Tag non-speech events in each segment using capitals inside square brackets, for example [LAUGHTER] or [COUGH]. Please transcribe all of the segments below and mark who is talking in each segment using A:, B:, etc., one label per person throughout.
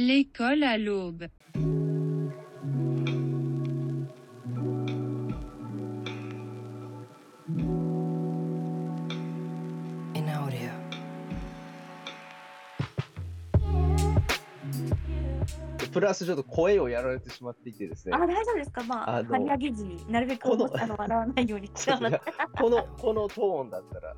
A: L'école à l'aube.
B: プラスちょっと声をやられてしまっていてですね。
C: あ、大丈夫ですかま
B: あ
C: あ、
B: の
C: 張り上げずに、なるべく、
B: この
C: あの、笑わないようにして
B: [LAUGHS]
C: もらって。
B: この、このトーンだったら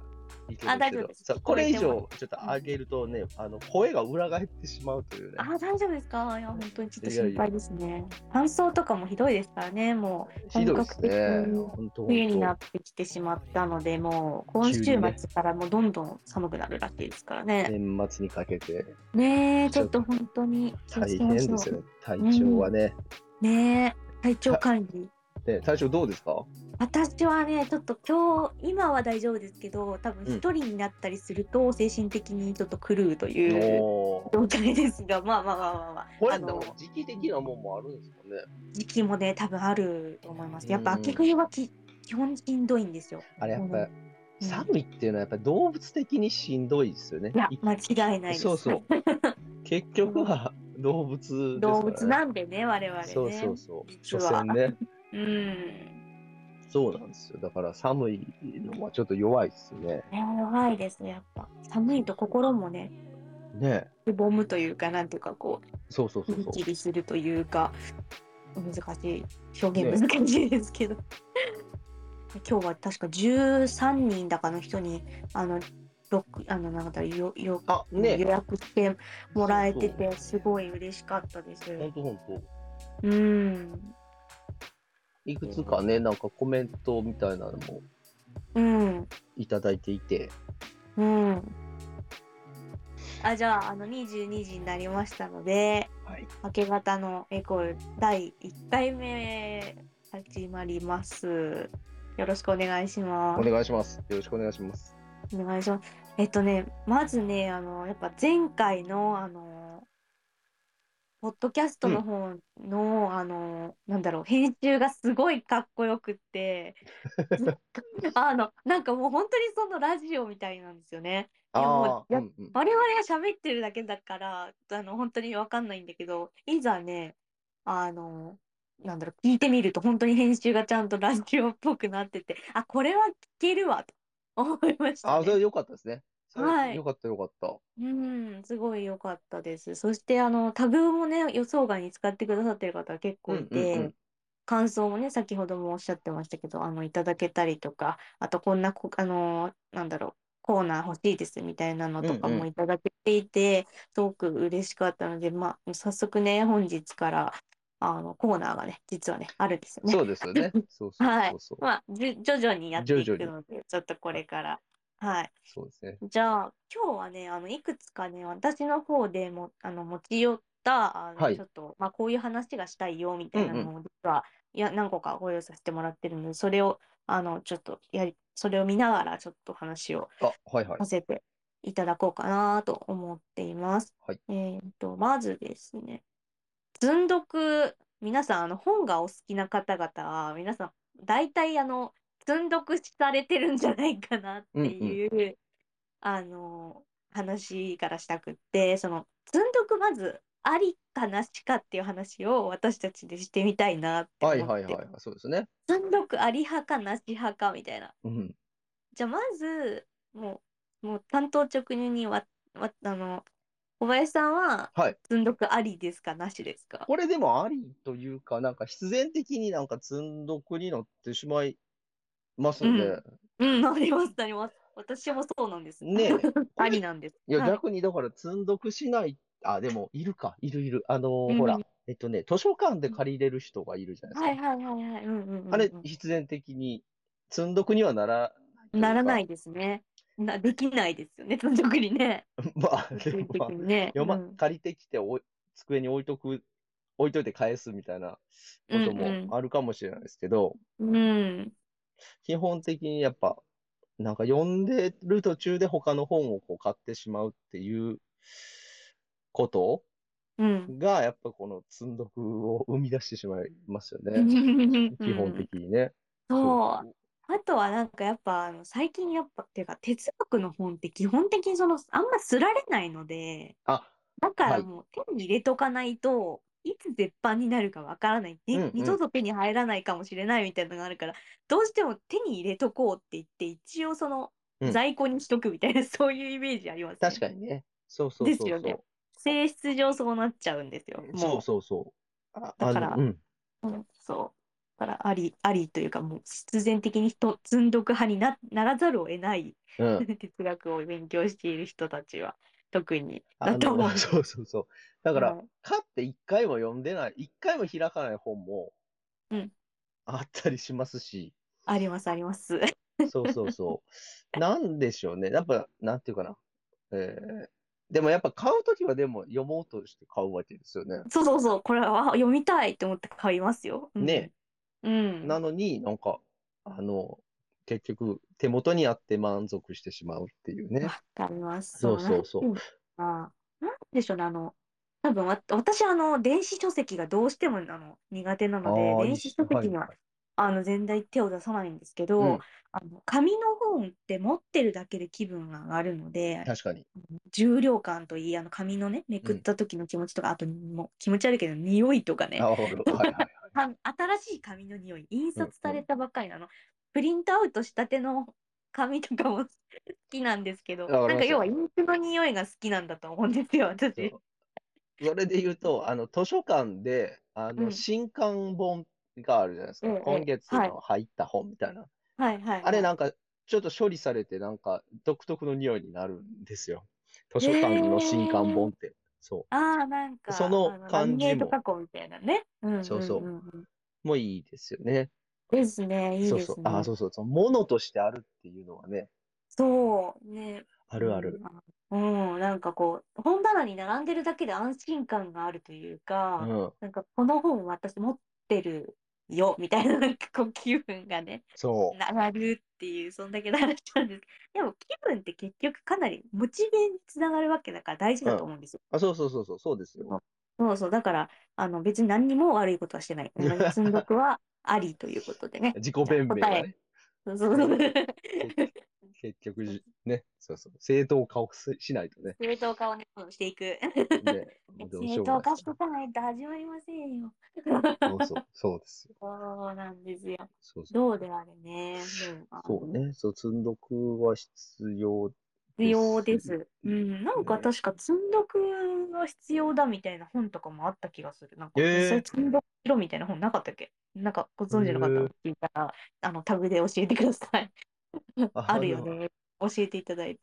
B: いいと思うん
C: あ
B: ですけど
C: 大丈夫です
B: さあこれ以上ちょっと上げるとね、あの、声が裏返ってしまうというね。
C: あ、大丈夫ですかいや、本当にちょっと
B: いやい
C: 心
B: や
C: 配ですね。乾燥とかもひどいですからね、もう、
B: ひどいですね。
C: 本格的に
B: 本当
C: 冬になっ
B: 本
C: てきてしまったので、もう、今週末からもうどんどん寒くなるらしいですから
B: 当
C: ね。
B: 年末にかけて
C: ねえ、ちょっと本当に気を
B: 大
C: つけ
B: 変
C: ま
B: で
C: しょ
B: すよ
C: う。
B: ね。体調はね。
C: ねえ、体調管理。
B: ね体調どうですか
C: 私はね、ちょっと今日、今は大丈夫ですけど、多分一人になったりすると、精神的にちょっと狂うという
B: おー
C: 状態ですが、まあまあまあまあまあ。
B: これ
C: あ
B: で
C: の
B: も時期的なもんもあるんですもんね。
C: 時期もね、多分あると思います。やっぱ
B: うん
C: 秋冬はき基本しんどいんですよ。
B: あれやっ
C: う
B: ぱ、寒いっていうのはやっぱ動物的にしんどいですよね。
C: いや
B: い、
C: 間違いないです。
B: そうそう。結局は動物ですからね
C: [LAUGHS] 動物なんでね、我々ね。
B: そうそうそう。
C: 実
B: 所
C: は
B: 詮ね。
C: うん。
B: そうなんですよ。だから寒いのはちょっと弱いですよね。
C: いや弱いですね、やっぱ。寒いと心もね、
B: ね。
C: くぼむというか、なんていうか、こう、
B: そうそう
C: キ
B: そう
C: リ
B: そ
C: [LAUGHS] キ
B: う。
C: リするというか、難しい、表現難しいですけど。 [LAUGHS] 今日は確か13人だかの人に、あの、ロックあのなんだよよ
B: あ、
C: 予
B: ね。
C: 約してもらえてて、すごい嬉しかったです。
B: 本当本当。
C: うん。
B: いくつかね、なんかコメントみたいなのも
C: うん。
B: いただいていて。
C: うん。あ、じゃあ、あの、22時になりましたので、
B: はい。
C: 明け方のエコー第1回目始まります。よろしくお願いしま
B: お願いします。よろしくお願いします。
C: す。お願いします。えっとね、まずね、あの、やっぱ前回の、あの、ポッドキャストの方の、あの、なんだろう、編集がすごいかっこよくって、ずっとあの、なんかもう本当にそのラジオみたいなんですよね。いやもう
B: ああー、
C: や
B: うんうん。
C: 我々が喋ってるだけだから、あの、本当にわかんないんだけど、いざね、あの、なんだろう、聞いてみると本当に編集がちゃんとラジオっぽくなってて、あ、これは聞けるわ、と思いました、
B: あ、それ
C: ね。
B: 良かったですね。それ
C: はい
B: 良かった良かった。
C: うん、すごい良かったです。そして、あの、タグもね、予想外に使ってくださってる方が結構いて、
B: うんうんうん
C: 感想もね、先ほどもおっしゃってましたけど、あの、いただけたりとか、あと、こんなこ、あの、なんだろう、コーナー欲しいですみたいなのとか
B: うんう
C: も
B: ん
C: いただけていて、すごく嬉しかったので、まあ、早速ね、本日から、あの、コーナーがね、実はね、あるんですよね。
B: そうですよね。そうそう
C: [LAUGHS] はい
B: そうそう。
C: まあ、じゅ徐々にやってい
B: 徐
C: く
B: 々
C: ので、ちょっとこれから、はい。
B: そうですね。
C: じゃあ、今日はね、あの、いくつかね、私の方でも、あの、持ち寄った、あの、
B: はい
C: ちょっと、まあ、こういう話がしたいよ、みたいなのを、実は、いや、何個かご用意させてもらってるので、それを、あの、ちょっと、やり、それを見ながら、ちょっと話を
B: あ、はいはい
C: さ。せていただこうかなと思っています。
B: はい
C: えっと、まずですね、積んどく、皆さん、あの、本がお好きな方々は、皆さん、大体、あの、積んどくされてるんじゃないかなっていう、あの、話からしたくって、その、積んどくまず、ありかなしかっていう話を私たちでしてみたいなって思
B: は
C: っ
B: いはいはい
C: て。
B: はい。そうですね。
C: 積んどくあり派かなし派かみたいな。
B: うん。
C: じゃあまず、もう、もう担当直入にわ、わ、あの、小林さんは、
B: はい。
C: 積んどくありですか、なしですか
B: これでもありというか、なんか必然的になんか積んどくになってしまいますよね。
C: うん、なります、なります。私もそうなんです。
B: ねえ
C: [LAUGHS] ありなんです。
B: いや、
C: はい
B: 逆にだから積んどくしない、あ、でもいるか、いるいる。あのー
C: うん
B: ほら、えっとね、図書館で借りれる人がいるじゃないですか。
C: はいはいはいはい。うんうんうんうん。
B: あれ、必然的に積んどくにはならないというか。
C: ならないですね。な、できないですよね、積んどくに
B: [LAUGHS]
C: ね。
B: まあ、でも
C: 物理的
B: まあ、
C: にね。
B: 読ま、
C: うん
B: 借りてきておい、机に置いとく、置いといて返すみたいなこと
C: うんうん
B: もあるかもしれないですけど、
C: うん。
B: 基本的にやっぱ、なんか読んでる途中で他の本をこう買ってしまうっていうこと
C: うん。
B: が、やっぱこの積んどくを生み出してしまいますよね。 [LAUGHS] 基
C: 基
B: 本的にね。
C: そう。あとはなんかやっぱあの最近やっぱっていうか哲学の本って基本的にそのあんまりすられないので
B: あ、
C: だからもう手に入れとかないと、いつ絶版になるかわからない、ね
B: うんうん
C: 二度と手に入らないかもしれないみたいなのがあるから、どうしても手に入れとこうって言って、一応その
B: うん
C: 在庫にしとくみたいな、 [LAUGHS] そういうイメージありますね。
B: 確かにね。そうそうそうそう。
C: ですよね性質上そうなっちゃうんですよ。
B: そ
C: も
B: うそうそう。あ
C: だから
B: あのうん、
C: う。うんそう。だからあり、ありというか、もう必然的に人、積んどく派になならざるを得ない [LAUGHS]
B: うん。
C: 哲学を勉強している人たちは、特に
B: あ
C: だと思う
B: の、。 [LAUGHS] そうそうそう。だから、
C: はい
B: 買って一回も読んでない、一回も開かない本も、
C: うん
B: あったりしますし、
C: あります、あります。
B: そうそうそう。なんでしょうね。やっぱ、なんていうかな。えーでもやっぱ買うときはでも読もうとして買うわけですよね。
C: そうそうそう、これは読みたいって思って買いますよ。うん
B: ね。
C: うん。
B: なのになんか、あの、結局手元にあって満足してしまうっていうね
C: わ。かります。
B: そうそうそう
C: なんていのかななんでしょうね、あの、多分わ私、あの、電子書籍がどうしてもあの苦手なの
B: あー
C: で、電子書籍には、
B: いい
C: あの全体手を出さないんですけど、
B: うん
C: あの紙の本って持ってるだけで気分が上がるので、
B: 確かに。
C: 重量感といい、あの紙のね、めくった時の気持ちとか、あともう気持ち悪いけど、匂いとかね、
B: あ、わかる。はいはい。
C: あの新しい紙の匂い、印刷されたばっかりなの。プリントアウトしたての紙とかも [LAUGHS] 好きなんですけど、
B: わかりま
C: な
B: す
C: んか要はインクの匂いが好きなんだと思うんですよ、私
B: そ。うそれで言うと、あの、図書館で、あの、
C: うん
B: 新刊本があるじゃないですか。
C: ええ
B: 今月
C: はい
B: の入った本みたいな。
C: はいはい、はい。
B: あれなんか、ちょっと処理されて、なんか、独特の匂いになるんですよ。図書館の新刊本って。そ
C: ああ、なんか、
B: その
C: あ
B: 感じも
C: ラミネート加工みたいなね。うんんんん
B: そうそうん。もういいですよね。
C: ですね、いい
B: そう
C: です
B: そう。
C: ね。
B: あ、そうそう。その、ものとしてあるっていうのはね、
C: そうね。
B: あるある。
C: うん。うん、なんかこう、本棚に並んでるだけで安心感があるというか、
B: うん。
C: なんかこの本私持ってるよみたいななんかこう気分がね、
B: そう。
C: ななるっていう、そんだけの話なんです。 [LAUGHS] でも気分って結局かなりモチベにつながるわけだから大事だと思うんですよ。
B: あ、そうそうそうそう。そうですよ。。
C: そうそう、だからあの別に何にも悪いことはしてない。積んどくはありということでね
B: 自己弁明がね、
C: そうそうそう。
B: 結局じ、ね、そうそう。正当化をすしないとね。
C: [LAUGHS] 正当化をね、そうしていく。
B: ねどうしよ
C: [LAUGHS] 正
B: うもないで
C: 当化
B: す
C: し
B: か
C: とかないと始まりませんよ。
B: ら。そうそう、そうですよ。
C: そうなんですよ。
B: そうそう。
C: どうであれね。でもあ
B: そうね、そう、積んどくは必要。
C: 必要で。
B: です
C: うん、なんか
B: ね
C: 確か積んどくが必要だみたいな本とかもあった気がする。なんか
B: えー
C: 実際積んどくしろみたいな本なかったっけなんかご存知の方
B: へー
C: 聞いたら、あのタグで教えてください。
B: あ
C: あるよね。教えていただいて。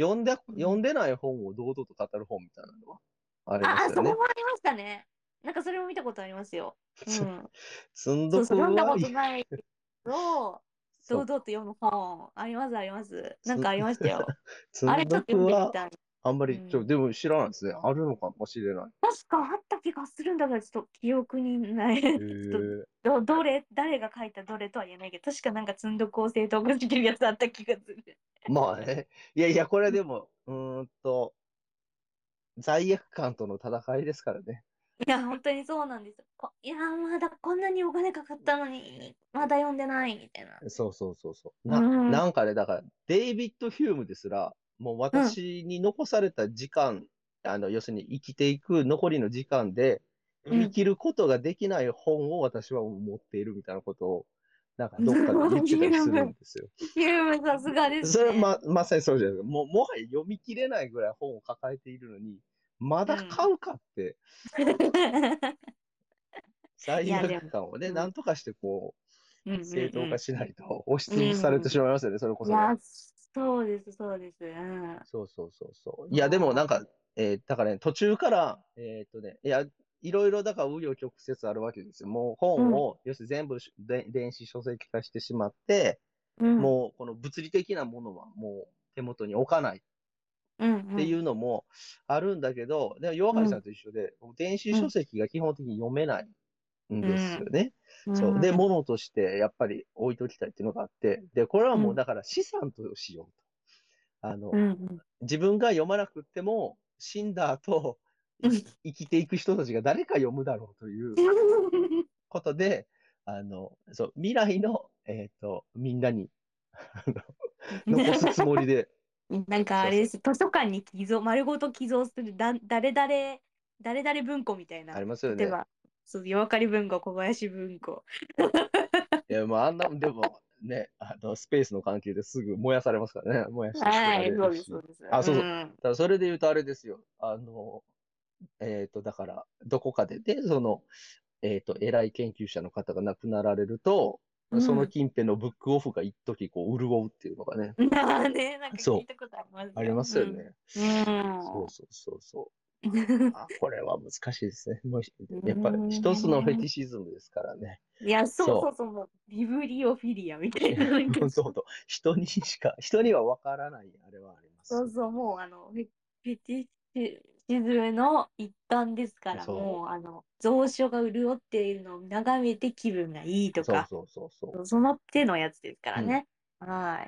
B: 読んで、読んでない本を堂々と語る本みたいなのはあり
C: あ、
B: ま
C: あ、
B: すよ
C: それ
B: ね
C: も。ありましたね。なんかそれも見たことありますよ。うん。
B: そ積ん
C: そ
B: ど
C: う
B: く
C: そう、
B: は
C: 読んだことないけど、
B: [LAUGHS] そ
C: 堂
B: う
C: 々と読む本。ありますあります。なんかありました
B: [LAUGHS]
C: よ。
B: 積
C: あれ
B: ん
C: ちょ
B: ど
C: っと読
B: く
C: んでみ
B: は
C: たい。
B: あんまり、ちょ
C: うん
B: でも知らないですね。あるのかもしれない。
C: 確かあった気がするんだけど、ちょっと記憶にない。 [LAUGHS] ちょっ
B: へ
C: と
B: ー
C: どどれ誰が書いたどれとは言えないけど確かなんか積んどくを正当化できるやつあった気がする。
B: まあね。いやいや、これでも、うーんと、罪悪感との戦いですからね。
C: いや本当にそうなんですよ。こいやまだこんなにお金かかったのにまだ読んでないみたいな。
B: そうそうそうそう。な、
C: うん
B: なんかね、だから、デイビッド・ヒュームですら、もう私に残された時間、あの、要するに生きていく残りの時間で、
C: うん
B: 生きることができない本を私は持っているみたいなことを、なんかどっかで言ってたりするんですよ。
C: ヒュームさすがです
B: そ
C: ね。
B: れは
C: [LAUGHS]
B: ま、まさにそうじゃないですか。もう、もはや読み切れないぐらい本を抱えているのに、まだ買うかって、罪
C: いやでも
B: 悪感をね、
C: うん
B: なんとかしてこ
C: うんうんう
B: う、
C: ん
B: 正当化しないと押しつぶされてしまいますよね、それこ
C: い
B: そね。
C: やそうですそうです。うん
B: そうそうそうそう。いや、でもなんか、えーだからね、途中から、えーっとね、いや、いろいろだから、紆余曲折あるわけですよ。もう本を、要するに全部しで電子書籍化してしまって、
C: うん。
B: もうこの物理的なものはもう手元に置かない
C: うんうん
B: っていうのもあるんだけど、でも岩上さんと一緒で、電子書籍が基本的に読めないんですよね。そう。で、物としてやっぱり置いときたいっていうのがあって、で、これはもうだから資産としようと。あの
C: う、んうん
B: 自分が読まなくっても、死んだ後、
C: う
B: い
C: ん
B: 生きていく人たちが誰か読むだろうということで、あの、そう、
C: [LAUGHS]
B: 未来の、えっ、と、みんなに、あの残すつもりで
C: なんかあれです、図書館に寄贈、丸ごと寄贈する、だ、誰々、誰々文庫みたいな。
B: ありますよ
C: 例
B: ね
C: え。ば、そう、夜明かり文庫、小林文庫。
B: いや、まあ、あんな、でも、ね、あの、スペースの関係ですぐ燃やされますからね。燃やしてしまわ
C: は
B: れ
C: い、
B: る
C: そうです、
B: し
C: そうです。
B: あそうそうんだからそれで言うとあれですよ。あの、えっ、と、だから、どこかで、で、その、えっ、と、偉い研究者の方が亡くなられると、
C: うん
B: その近辺のブックオフが一時こう、潤うっていうのがね、
C: ま [LAUGHS] あね、なんか
B: そう
C: 聞いたことあります
B: ありますよね。。
C: うん。
B: そうそうそうそう。
C: うん
B: あ、これは難しいですね。もうやっぱり一つのフェティシズムですから
C: [LAUGHS]
B: ね。
C: いや、そう
B: そう
C: そうそう、もうビブリオフィリアみたいな。なんか [LAUGHS]
B: そう [LAUGHS] そう。人にしか、人には分からない、あれはあります。
C: そうそう、もうあの、フェフェティシズムの一端ですから、
B: そう
C: もうあの、蔵書が潤っているのを眺めて気分がいいとか、
B: そうそうそうそう。
C: その手のやつですからね。は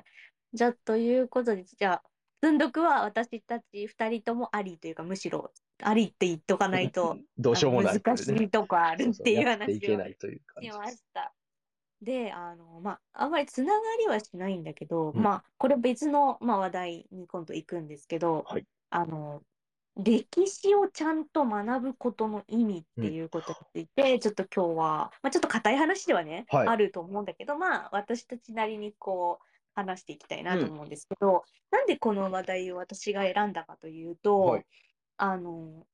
C: い。じゃあ、ということで、じゃあ、寸読は私たち二人ともありというか、むしろありって言っとかないと、
B: [LAUGHS] どうしようもない、
C: 難しいとこあるっていう
B: そうそうやって
C: 話
B: いけ
C: を
B: ないという感じで
C: し
B: す
C: ました。で、あの、まあ、あんまりつながりはしないんだけど、
B: うん
C: まあ、これ別の、まあ、話題に今度行くんですけど、
B: はい
C: あの、歴史をちゃんと学ぶことの意味っていうことについて、ちょっと今日は、まあ、ちょっと硬い話ではね、
B: はい
C: あると思うんだけど、まあ、私たちなりにこう、話していきたいなと思うんですけど、なんでこの話題を私が選んだかというと、
B: はい
C: あの、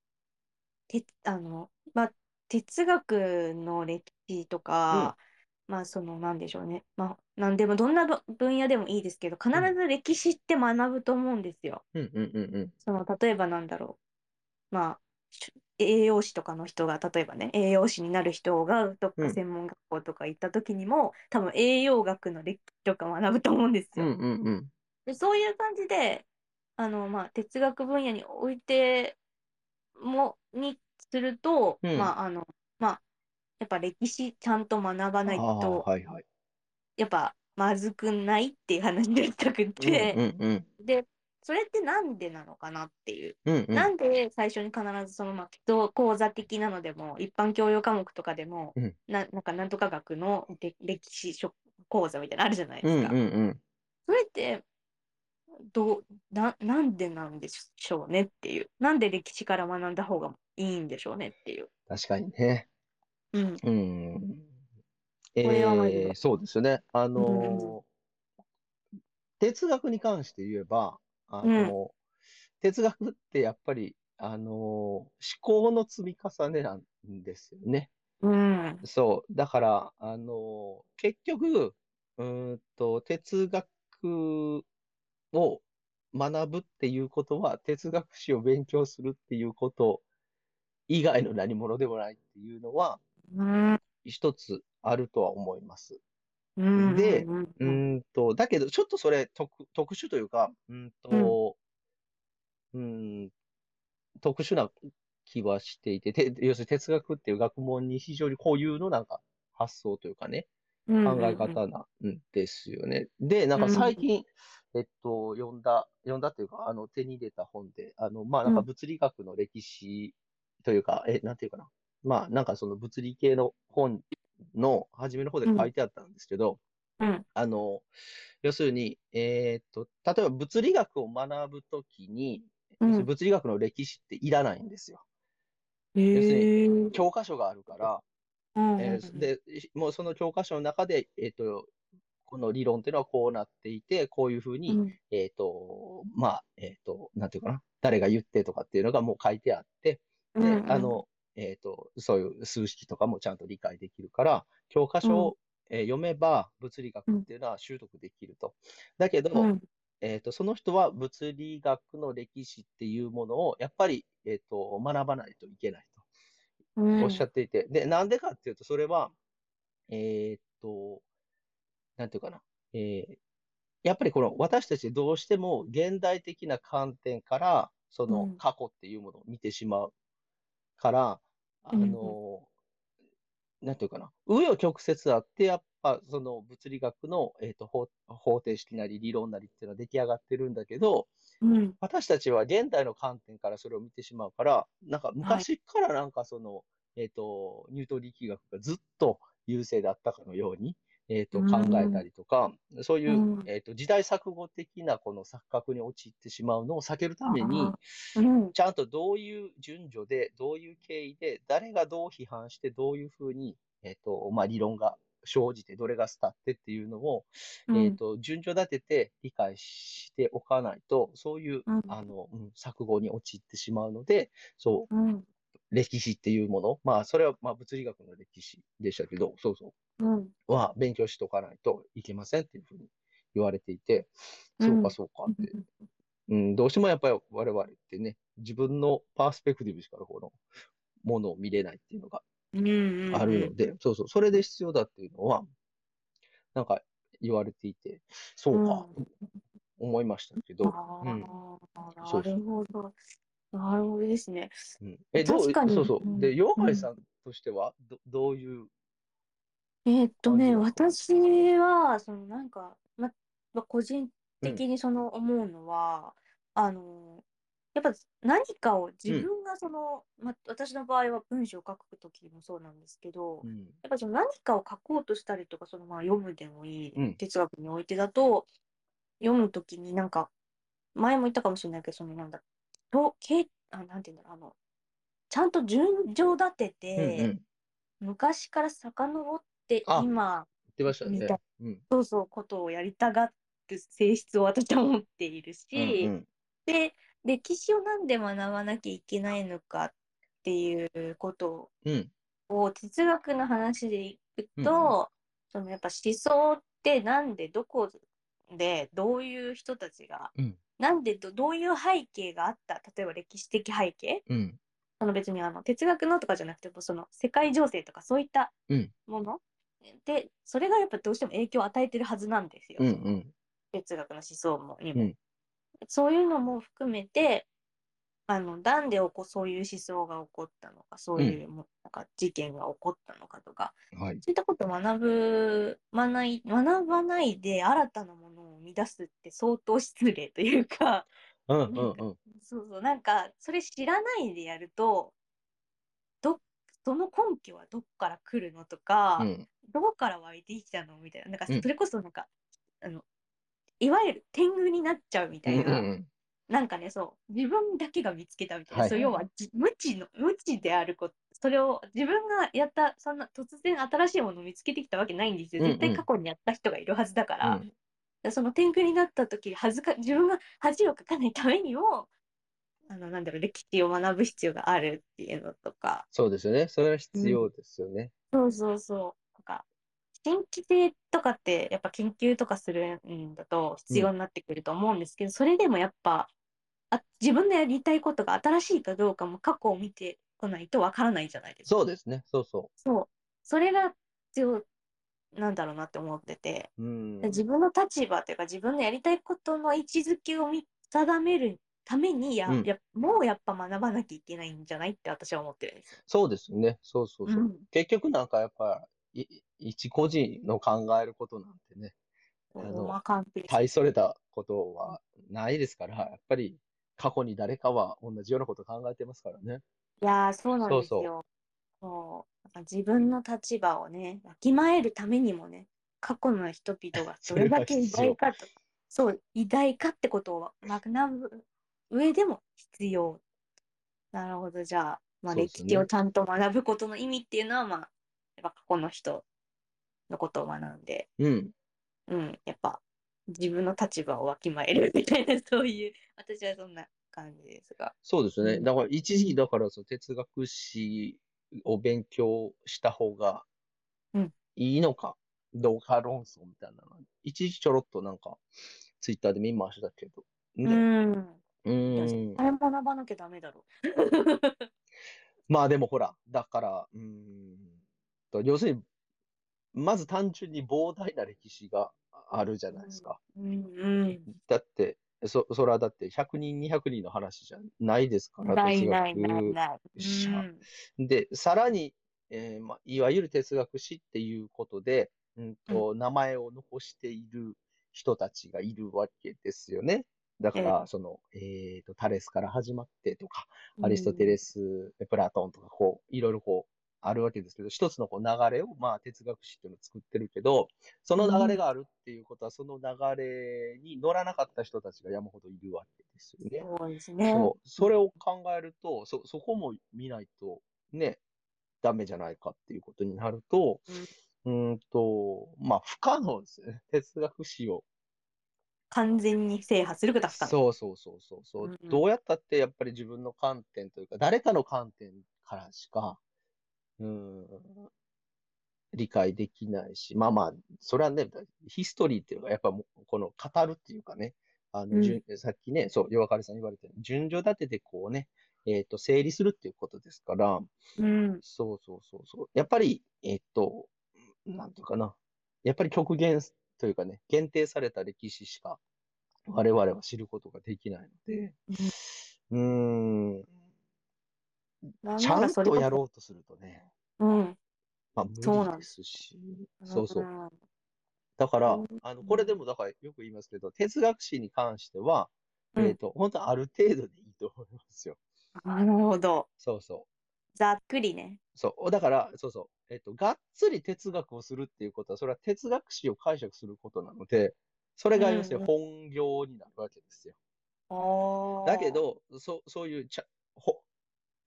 C: てあの、まあ、哲学の歴史とか、まあそのなんでしょうね、まあ何でもどんなぶ分野でもいいですけど、必ず歴史って学ぶと思うんですよ。
B: うんうんうんうん。
C: その例えばなんだろう、まあし栄養士とかの人が例えばね栄養士になる人がどっ
B: う
C: か
B: ん
C: 専門学校とか行った時にも、多分栄養学の歴史とか学ぶと思うんです
B: う
C: よ。
B: んうんうん。
C: でそういう感じであの、まあ、哲学分野においてもにすると、
B: うん
C: まああのまあ、やっぱ歴史ちゃんと学ばない
B: ああ
C: と、
B: はいはい。
C: やっぱまずくないっていう話でしたくて、
B: うんうん
C: でそれってなんでなのかなっていう、
B: うん。うんうん。
C: なんで最初に必ずその、まあ、基礎講座的なのでも一般教養科目とかでも、
B: うん
C: ななんかなんとか学の歴歴史書講座みたいなのあるじゃないで
B: うん
C: す
B: う
C: か。
B: んうん。
C: それってどうななんでなんでしょうねっていうなんで歴史から学んだ方がいいんでしょうねっていう、
B: 確かにね。
C: うん、
B: うん。え
C: これはまず
B: ー、そうですよね。あの
C: うん
B: ー哲学に関して言えば、あの、哲学ってやっぱり、あのー思考の積み重ねなんですよね。
C: うん、
B: そう。だから、あのー結局、うーんと、哲学を学ぶっていうことは、哲学史を勉強するっていうこと以外の何物でもないっていうのは、
C: うん、
B: 一つあるとは思います。
C: うん、
B: で
C: うん、
B: う
C: うん、
B: ーんと、だけど、ちょっとそれ特、特殊というか、うーんと、うーん、特殊な気はしていて、て要するに哲学っていう学問に非常に固有のなんか発想というかね、
C: うん
B: 考え方なんですよね。で、なんか最近、えっと、読んだ、読んだっていうか、あの、手に入れた本で、あの、まあ、なんか
C: うん
B: 物理学の歴史というか、え、なんていうかな。まあ、なんかその物理系の本の初めの方で書いてあったんですけど、
C: うん
B: あの、要するに、えーっと、例えば物理学を学ぶときに、
C: う
B: 要するに
C: ん、
B: 物理学の歴史っていらないんですよ。
C: へえ
B: 教科書があるから、
C: うん
B: えー、で、しもうその教科書の中で、えっ、と、この理論っていうのはこうなっていて、こういうふう
C: う
B: に、
C: ん
B: えっ、と、まあ、えっ、と、なんていうかな、誰が言ってとかっていうのがもう書いてあって、
C: う
B: で、
C: ん
B: あの、えっ、と、そういう数式とかもちゃんと理解できるから、教科書を、えー読めば物理学っていうのは習得できると。だけど、
C: うん
B: えっ、と、その人は物理学の歴史っていうものを、やっぱり、えっ、と、学ばないといけないと。
C: うん
B: おっしゃっていて。で、なんでかっていうと、それは、えーっと、なんていうかな。えーやっぱりこの私たちどうしても現代的な観点から、そうの
C: ん
B: 過去っていうものを見てしまうから、あ
C: うんうん
B: の、なんていうかな。紆余曲折あって、やっぱその物理学の、えーっと方方程式なり理論なりっていうのは出来上がってるんだけど、
C: うん
B: 私たちは現代の観点からそれを見てしまうから、なんか昔からなんかその、えっ、と、ニュートン力学がずっと優勢だったかのように、えっと考えたりとか、そういう、
C: うん
B: えっと時代錯誤的なこの錯覚に陥ってしまうのを避けるために、
C: うん
B: ちゃんとどういう順序で、どういう経緯で、誰がどう批判して、どういうふうに、えっとまあ、理論が生じて、どれが伝ってっていうのを、
C: うん
B: えっと順序立てて理解しておかないと、そういう、
C: うん
B: あのうん錯誤に陥ってしまうので、そう
C: うん
B: 歴史っていうもの、まあ、それはまあ物理学の歴史でしたけど、そうそ
C: うん
B: う、は勉強しておかないといけませんっていうふうに言われていて、
C: うん
B: そうかそうかって、うん、どうしてもやっぱり我々ってね、自分のパースペクティブしかこのものを見れないっていうのが
C: うんうん
B: あるので、そうそう、それで必要だっていうのは、なんか言われていて、そうか、思いましたけど、
C: あ
B: うん
C: ー
B: そう
C: なるほど。なるほどですね。
B: うん、え、どう、
C: 確かに
B: そうそうう、
C: ん
B: で、妖怪さんとしては、どどういう、
C: えーっとね、
B: 感じだ
C: 私は、そのなんか、ま、ま個人的にその思うのは、あの、やっぱ何かを自分がその、ま、私の場合は文章を書くときもそうなんですけど、
B: うん、
C: やっぱその何かを書こうとしたりとか、そのまあ読むでもいい、
B: うん
C: 哲学においてだと、読むときになんか、前も言ったかもしれないけど、そのなんだ、とけあなんて言うんだろう、あの、ちゃんと順序
B: うん、うん、
C: 立てて、
B: 言
C: 昔から遡って
B: あ
C: 今
B: ってましたよね
C: 見た。
B: うん。
C: そうそうことをやりたがる性質を私は持っているし、
B: うん
C: で歴史を何で学ばなきゃいけないのかっていうこと
B: うんうん
C: を哲学の話でい
B: う
C: くと、
B: ん
C: そのやっぱ思想ってなんでどこでどういう人たちが、
B: うん
C: なんでどどういう背景があった例えば歴史的背景
B: うん
C: その別にあの哲学のとかじゃなくてもその世界情勢とかそういった
B: うん
C: もの、でそれがやっぱどうしても影響を与えてるはずなんですよ、
B: うんうん
C: 哲学の思想もにも、
B: うん
C: そういうのも含めてあのなんで起こそういう思想が起こったのかそういうも、なんか事件が起こったのかとか
B: はい。
C: そういったことを学ぶ学ばない学ばないで新たなものを生み出すって相当失礼というか。
B: うん
C: んうん
B: うん
C: そうそう、なんか、それ知らないでやると、ど、その根拠はどっから来るのとか、
B: うん。
C: どこから湧いてきたのみたいな、なんか、
B: うん
C: それこそなんか、あの、いわゆる天狗になっちゃうみたいな、なんかね、そう、自分だけが見つけたみたいな、
B: はい
C: そう要はじ無知の、無知であること、それを自分がやった、そんな突然新しいものを見つけてきたわけないんですよ。
B: うんうん
C: 絶対過去にやった人がいるはずだから。
B: うん
C: でその天狗になった時恥ずか自分が恥をかかないためにもあのなんだろう歴史を学ぶ必要があるっていうのとか
B: そうですよね。それは必要ですよね。
C: そうそうそうなんか新規性とかってやっぱ研究とかするんだと必要になってくると思うんですけど、それでもやっぱあ自分のやりたいことが新しいかどうかも過去を見てこないとわからないじゃないですか。
B: そうですね。そうそ
C: そうそれが必要なんだろうなって思ってて。
B: う。うん。
C: 自分の立場というか自分のやりたいことの位置づけを見定めるためにや、
B: うん
C: やもうやっぱ学ばなきゃいけないんじゃないって私は思ってるんですよ。
B: そうですね。そうそうそうう。
C: ん
B: 結局なんかやっぱ、い一個人の考えることなんてね、あの
C: まあ完璧
B: 大それたことはないですから、やっぱり過去に誰かは同じようなことを考えてますからね。
C: いやーそうなんです
B: そう
C: よ。そうなんか自分の立場をねわきまえるためにもね過去の人々が
B: [LAUGHS] そ
C: ど
B: れは
C: れだけ偉
B: 必要
C: 大かとそう偉大かってことを学ぶ上でも必要。なるほどじゃあ、まあ、
B: そうで
C: 歴
B: すね
C: 史をちゃんと学ぶことの意味っていうのは、まあやっぱ過去の人のことを学んで、
B: うん。
C: うん、やっぱ自分の立場をわきまえるみたいなそういう私はそんな感じですが。
B: そうですね。
C: うん
B: だから一時期、だからその哲学史を勉強した方が
C: うん
B: いいのか、どうか論争みたいなのが一時ちょろっとなんか、ツイッターで見ましたけど。
C: う
B: ね、
C: ん
B: う
C: いや
B: ーん
C: あ。れ学ばなきゃダメだろ
B: まあでもほら、だから、うーんと、要するに、まず単純に膨大な歴史があるじゃないですか。
C: う。うん
B: だって、そ、それはだって100人、200人の話じゃないですか
C: う
B: ら、
C: ん。ないないない
B: 哲学
C: ない。
B: し
C: う
B: ゃ
C: ん
B: で、さらに、えーまあ、いわゆる哲学史っていうことで、うんと名前を残している人たちがいるわけですよね。だから、その、えーと、タレスから始まってとか、アリストテレス、プラトンとか、こう、いろいろこう、あるわけですけど、一つのこう流れを、まあ、哲学史っていうのを作ってるけど、その流れがあるっていうことは、その流れに乗らなかった人たちが山ほどいるわけですよね。
C: そうですね。
B: そうそれを考えると、そ、そこも見ないと、ね、ダメじゃないかっていうことになると、うーんと、まあ、不可能ですよね。哲学史を
C: 完全に制覇することは不可能。
B: そうそうそうそうそう、
C: うんうん
B: どうやったってやっぱり自分の観点というか、誰かの観点からしか、うーん、理解できないし、まあまあ、それはね、ヒストリーっていうか、やっぱもうこの語るっていうかね、あ
C: う
B: の、
C: ん
B: 順さっきね、そう、岩刈さん言われたように、順序立ててこうね、えっ、と、整理するっていうことですから、
C: うん。
B: そうそうそうそう。やっぱり、えっと、なんていうかな。やっぱり極限というかね、限定された歴史しか我々は知ることができないので、うーん、
C: なん
B: ちゃ
C: なんらそれ
B: と
C: こそ
B: やろうとするとね、
C: うん。
B: まあ
C: そう
B: 無
C: な
B: 理で
C: んです
B: し、そうそう。
C: ん
B: だから
C: うん、
B: あの、これでもだからよく言いますけど、哲学史に関しては、
C: うん
B: えっと、本当ある程度でいいと思いますよ。
C: なるほど。
B: そうそう。
C: ざっくりね。
B: そう。だから、そうそう。えっと、がっつり哲学をするっていうことは、それは哲学史を解釈することなので、それが要するに本業になるわけですよ。
C: おー
B: だけ、ど、そそういうちゃ、ほ、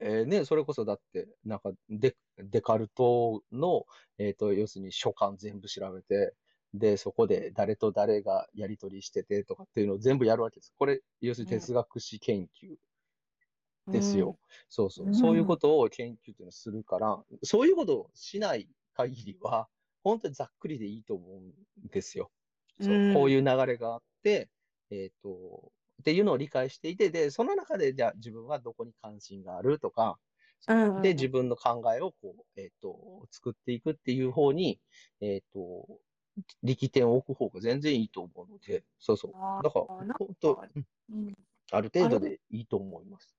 B: えーね、それこそだって、なんかデ、デカルトの、えっ、と、要するに書簡全部調べて、で、そこで誰と誰がやり取りしててとかっていうのを全部やるわけです。これ、要するに哲学史研究ですよ。そうそうう。
C: ん
B: そういうことを研究っていうのをするから、そういうことをしない限りは、本当にざっくりでいいと思うんですよ。そうう。
C: ん
B: こういう流れがあって、えっ、と、っていうのを理解していて、で、その中で、じゃあ自分はどこに関心があるとか、
C: うん。うんうん
B: で、自分の考えをこう、えっ、と、作っていくっていう方に、えっ、と、力点を置く方が全然いいと思うので、そうそう。
C: あー
B: だから
C: なん、
B: 本当、うん
C: うん
B: ある程度でいいと思います。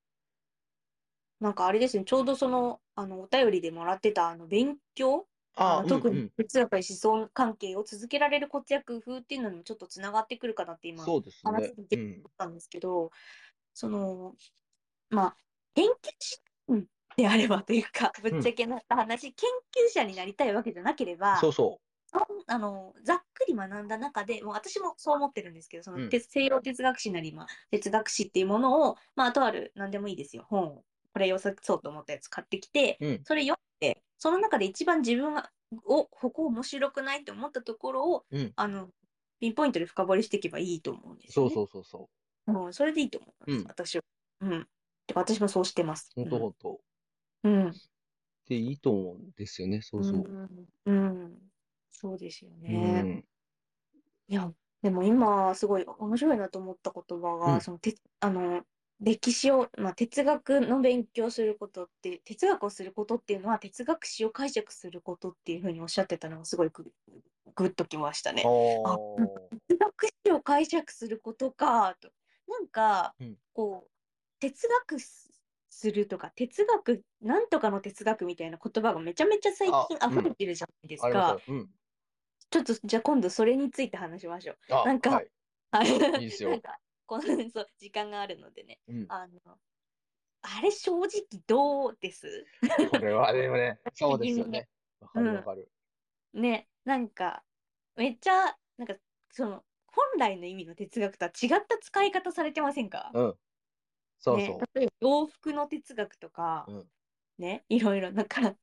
C: なんかあれですね、ちょうどその、あの、お便りでもらってた、あの、勉強
B: あ
C: あ
B: あ、
C: の特
B: うんう
C: に
B: ん
C: 哲学や思想関係を続けられる活躍風っていうのにもちょっとつながってくるかなって今思
B: そうです
C: 話
B: ね
C: 聞い。て
B: うん。
C: ったんですけど、その、まあ、研究者であればというか、ぶっちゃけな話、研究者になりたいわけじゃなければ、
B: そうそ
C: そんあのざっくり学んだ中でもう私もそう思ってるんですけどその、
B: うん
C: て西洋哲学史なり、まあ、哲学史っていうものを、まあ、とある何でもいいですよ本をこれ良さそうと思ったやつ買ってきて、
B: うん
C: それ読んでその中で一番自分がおここ面白くないと思ったところを、
B: うん
C: あのピンポイントで深掘りしていけばいいと思うんで
B: う。
C: すよ、
B: そ
C: ね。、
B: うそうそうそう
C: ん、それでいいと思います、
B: うん
C: 私は。うん。てか私もそうしてます。
B: う。本当本当。
C: うん。うん
B: で、いいと思うんですよね。そうそう。
C: うんうんそうですよ
B: う
C: ね。
B: ん。
C: いや、でも今、すごい面白いなと思った言葉が、
B: うん
C: その、て、あの、歴史を、まあ、哲学の勉強をすることって、哲学をすることっていうのは、哲学史を解釈することっていうふうにおっしゃってたのが、すごいぐ、ぐっときました
B: あ
C: ね。
B: あ。
C: 哲学史を解釈することか、と。なんか
B: うん、
C: こう、哲学すするとか、哲学、なんとかの哲学みたいな言葉がめちゃめちゃ最
B: あ
C: 近溢れてるじゃないです
B: あり
C: か。
B: ますよ。うん。
C: ちょっと、じゃあ今度それについて話しましょう。
B: あ
C: なんか
B: はい。
C: はい。
B: いいです
C: な
B: よ
C: ん。か、この、そう、時間があるのでね。
B: うん。
C: あの、あれ正直どうです
B: これはでもね、そうですよね。わかるわかる。
C: ね、なんか、めっちゃ、なんか、その、本来の意味の哲学とは違った使い方されてませんか
B: うん。そうそ
C: ね、例えば洋服の哲学とか、
B: うん
C: ね、いろいろ、なんか、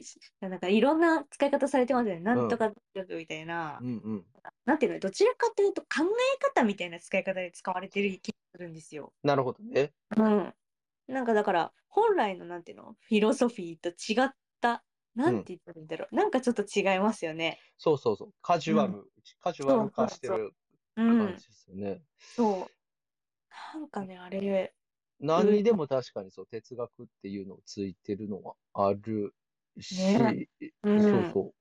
C: しなんかいろんな使い方されてますよね。なんと
B: う
C: か哲学みたいな、
B: う。うんうん。
C: なんていうの、どちらかというと考え方みたいな使い方で使われてる気がするんですよ。
B: なるほどね。
C: うん。なんかだから、本来のなんていうのフィロソフィーと違った、なんて言ったらいいんだろう。なんかちょっと違いますよね。
B: そうそうそう。カジュアル、カジュアル化してる
C: う
B: 感
C: ん。
B: じですよね。
C: そう。なんかね、あれ、
B: 何にでも確かにそう、哲学っていうのをついてるのはあるし、
C: ねう
B: そ
C: ん
B: う。そう。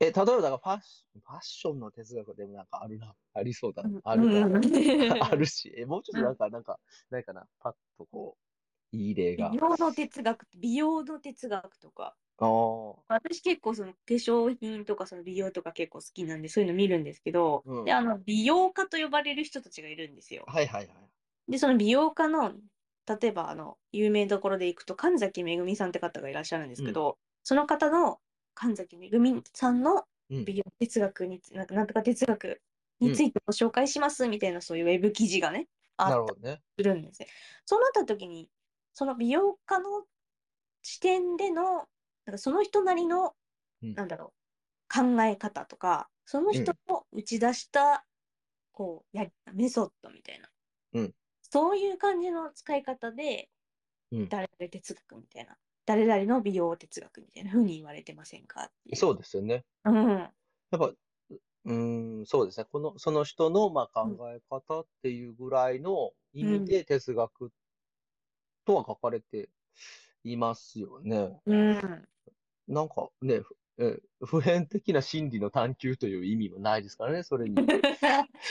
B: え、例えば、だからファッション、ファッションの哲学でもなんかあるな、ありそうだな、 [LAUGHS] あるな、
C: な
B: あるし、え、もうちょっとなんか、なんか、ないかな、パッとこう、いい例が。
C: [LAUGHS] 美容の哲学、美容の哲学とか。
B: あー
C: 私結構その化粧品とかその美容とか結構好きなんでそういうの見るんですけど、
B: うん
C: で、あの、美容家と呼ばれる人たちがいるんですよ。
B: はいはいはい。
C: で、その美容家の、例えば、あの、有名どころで行くと、神崎めぐみさんって方がいらっしゃるんですけど、その方の神崎めぐみさんの
B: うん
C: 美容哲学につ、なんかなんとか哲学についてご紹介しますみたいな、そういうウェブ記事がね、
B: な
C: あ
B: る
C: っ
B: ほ
C: た
B: どね。
C: りするんですね。そうなった時に、その美容家の視点での、なんかその人なりの、
B: うん
C: なんだろう、考え方とか、その人の打ち出した、こうやり、メソッドみたいな、
B: うん
C: そういう感じの使い方で、
B: うん
C: 誰々哲学みたいな、誰々の美容哲学みたいな風に言われてませんかっていう。
B: そうですよね。
C: うん。
B: やっぱ、うーん、そうですね。この、その人の、まあ、考え方っていうぐらいの意味で哲学とは書かれていますよね。
C: うん。
B: なんかね、ふえ普遍的な真理の探求という意味もないですからね、それ
C: [LAUGHS]
B: に、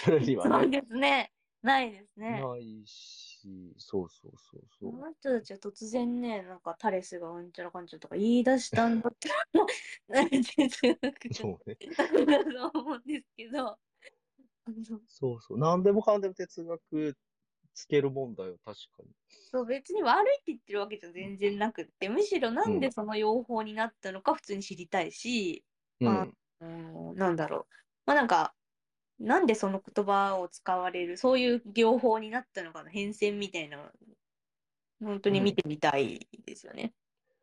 B: それには
C: そう
B: ね。
C: ですね。ないですね。
B: ないし、そうそうそうそ
C: こ
B: う。
C: の人たちは突然ね、なんかタレスがうんちゃらかんちゃらとか言い出したんだったら、なんて強く
B: [LAUGHS] そうね。
C: なると [LAUGHS] 思うんですけど、あの
B: そうそう。何でもかんでも哲学つけるもんだよ、確かに。
C: そう別に悪いって言ってるわけじゃ全然なくって、むしろなんでその用法になったのか普通に知りたいし、
B: うん。
C: うん、なんだろう。まあなんか、なんでその言葉を使われる、そういう業法になったのかの変遷みたいな、本当に見てみたいですよね。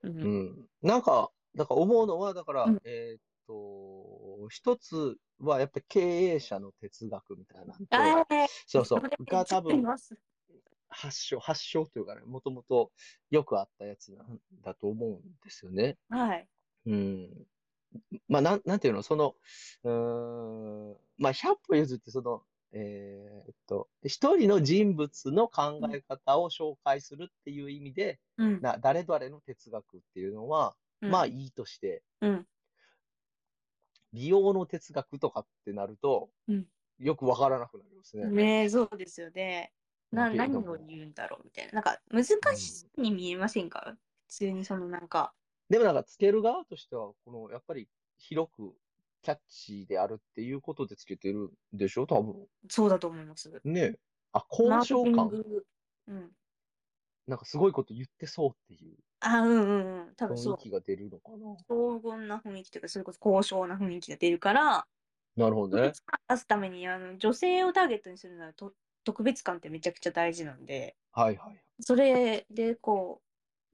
C: う。
B: うんん。なんか、だから思うのは、だから、
C: うん
B: えーっと、一つはやっぱり経営者の哲学みたいなのと
C: ああ、
B: そうそう
C: れ、
B: が多
C: ちょっとい
B: 分
C: ます
B: 発祥、発祥というかね、もともとよくあったやつなんだと思うんですよね。
C: はい。
B: うん。まあ、なん、なんていうの、その、うーん、まあ、百歩譲って、その、えーっと、一人の人物の考え方を紹介するっていう意味で、
C: うん。
B: な、誰々の哲学っていうのは、
C: うん
B: まあ、いいとして、
C: うん。
B: 美容の哲学とかってなると、
C: うん
B: よくわからなくなりますね。
C: ねえ、そうですよね。
B: だ
C: な、
B: けれ
C: 何
B: ども
C: を言うんだろうみたいな。なんか、難しそうに見えませんか、普通にそのなんか、
B: でもなんか、つける側としては、この、やっぱり、広く、キャッチーであるっていうことでつけてるんでしょ多分。
C: そうだと思います。
B: ねえ。あ、交渉
C: マ
B: 感
C: ーケテ。ィングうん。
B: なんかすごいこと言ってそうっていう
C: あ、うんうんうん。多分そ
B: 雰囲
C: う。
B: 気が出るのか
C: 荘厳な雰囲気というか、それこそ高尚な雰囲気が出るから、
B: な。なるほどね
C: 特。別感出すためにあの女性をターゲットにするならと特別感ってめちゃくちゃ大事なんで、
B: はいはい。
C: それでこ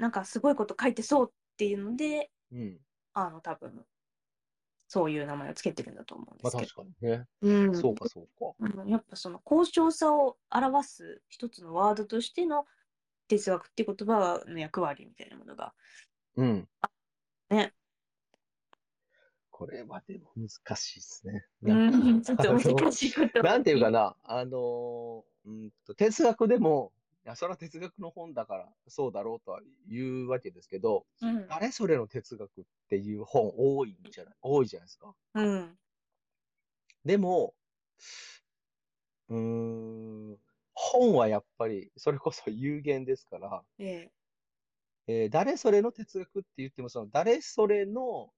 C: う、なんかすごいこと書いてそうっていうので、
B: うん。
C: あの多分、そういう名前をつけてるんだと思うんで
B: まあ
C: すけど
B: 確。かにね。
C: うん、
B: そうかそうか。
C: うんやっぱその高尚さを表す一つのワードとしての哲学っていう言葉の役割みたいなものが。
B: うん。
C: ね。
B: これはでも難しいですね。
C: うん、ちょっと難
B: い。
C: しいこと。
B: なんていうかな、あのーうんと、哲学でも、いや、それは哲学の本だからそうだろうとは言うわけですけど、
C: うん。
B: あれそれの哲学っていう本多いんじゃない多いじゃないですか。
C: うん。
B: でも、うーん、本はやっぱり、それこそ有限ですから、
C: ええ。
B: えー誰それの哲学って言っても、その誰それの、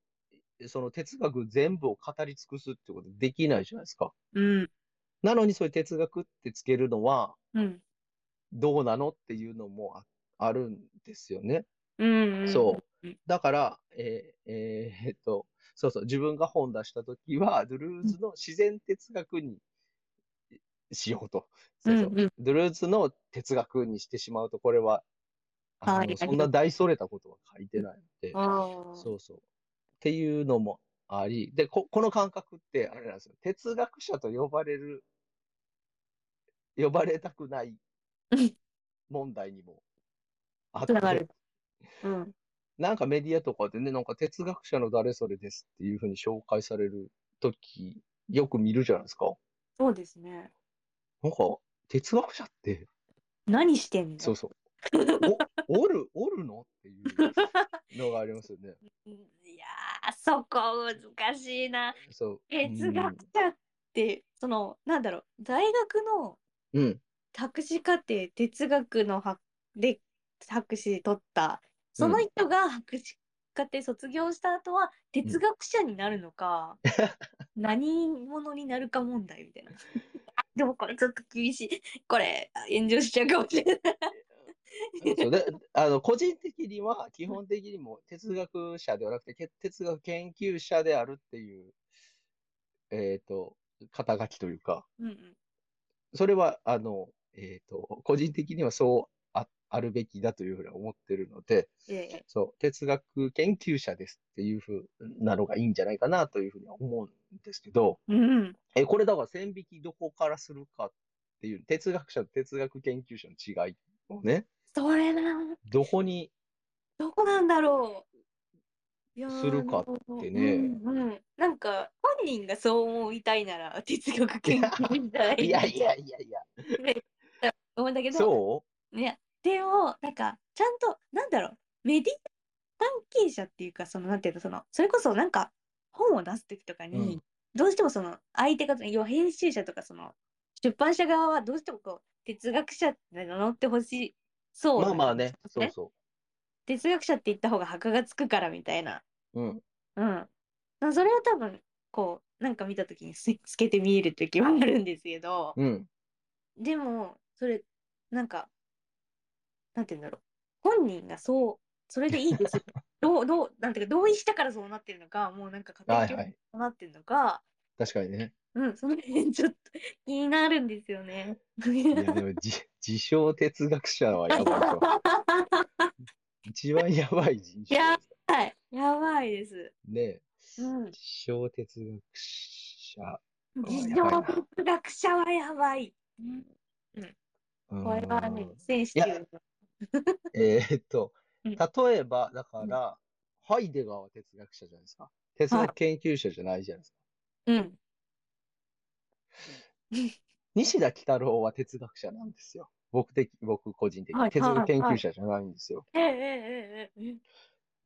B: その哲学全部を語り尽くすってことできないじゃないですか。
C: うん。
B: なのにそういう哲学ってつけるのは
C: うん。
B: どうなのっていうのもああるんですよね。
C: うん。うん
B: そう
C: うん。
B: だから、えーえーえっと、そうそう、自分が本出したときは、ドゥルーズの自然哲学にしようと。そうそう。
C: うんうん
B: ドゥルーズの哲学にしてしまうと、これは、あ
C: はい
B: のそんな大それたことは書いてないので。
C: ああ。
B: そうそう。っていうのもあり、で、ここの感覚って、あれなんですよ。哲学者と呼ばれる、呼ばれたくない
C: うん
B: 問題にもあっ
C: つ
B: て
C: な、がる。うん。
B: なんかメディアとかでね、なんか哲学者の誰それですっていうふうに紹介されるとき、よく見るじゃないですか。
C: そうですね。
B: なんか、哲学者って、
C: 何してんの
B: そうそう。お、おる、おるのっていうのがありますよね。
C: いやー、そこ難しいな。
B: そう。
C: 哲学者って、その、なんだろう、大学の
B: うん。うん。
C: 博士課程哲学のはで博士取ったその人が博士課程卒業した後は哲学者になるのか、何者になるか問題みたいな [LAUGHS] でもこれちょっと厳しいこれ炎上しちゃうかもしれない
B: そうであの個人的には基本的にもう哲学者ではなくてけ哲学研究者であるっていう、えっと肩書きというか
C: うんうん
B: それはあの、えっと個人的にはそうああるべきだというふうに思ってるので
C: いやいや
B: そう哲学研究者ですっていうふうなのがいいんじゃないかなというふうには思うんですけど
C: うん
B: えこれだから線引きどこからするかっていう哲学者と哲学研究者の違いをね
C: それな
B: どこに
C: どこなんだろういやー
B: するかってね
C: うんうんなんか本人がそう思いたいなら哲学研究みた
B: [LAUGHS]
C: い
B: いやいやいやいや
C: 思うんだけど
B: そう
C: ねでもなんかちゃんとなんだろうメディア関係者っていうかそのなんていうのそのそれこそなんか本を出す時とかに、
B: うん
C: どうしてもその相手方要は編集者とかその出版社側はどうしてもこう哲学者って名乗ってほしそうう
B: ま
C: な
B: あまあね、そう
C: ね
B: そ
C: 哲学者って言った方が箔がつくからみたいな
B: う。うん。
C: うん。まあそれは多分、こう、なんか見たときにす透けて見えるときはあるんですけど、
B: うん。
C: でも、それ、なんか、なんて言うんだろう。本人がそう、それでいいです。
B: [LAUGHS]
C: どう、どう、なんていうか、同意したからそうなってるのか、もうなんか
B: は
C: 勝手
B: いは
C: にそう
B: い。
C: なってるのか、
B: 確かにね。
C: うん、その辺ちょっと気になるんですよね。
B: いや、でも、じ自称哲学者はやばいぞ。一番やばい人種。
C: や [LAUGHS] はい。やばいです。
B: ね
C: うん。
B: 自称哲学者。
C: 自
B: やばいな
C: 動哲学者はやばい。うん
B: うーん
C: これはね、センシティブ。
B: えーっと、
C: うん
B: 例えば、だから、ハイデガーは哲学者じゃないですか。哲学研究者じゃないじゃないですか。
C: うん。
B: 西田喜太郎は哲学者なんですよ。僕的、僕個人的
C: は
B: に。
C: い
B: 哲
C: はいは
B: 学研
C: い
B: 究者じゃないんですよ。
C: ええええええ。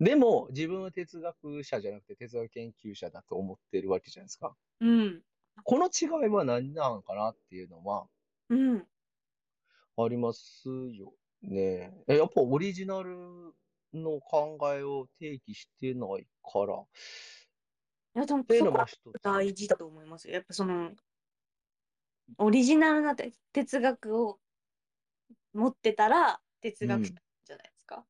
B: でも、自分は哲学者じゃなくて哲学研究者だと思ってるわけじゃないですか。
C: うん。
B: この違いは何なのかなっていうのは
C: うん。
B: ありますよね。えやっぱオリジナルの考えを提起してないからっ
C: いや、でも、
B: ていう
C: そ
B: の
C: こ
B: も
C: は
B: 一つ。
C: 大事だと思いますよ。やっぱその、オリジナルなて哲学を持ってたら、哲学者じゃないですか。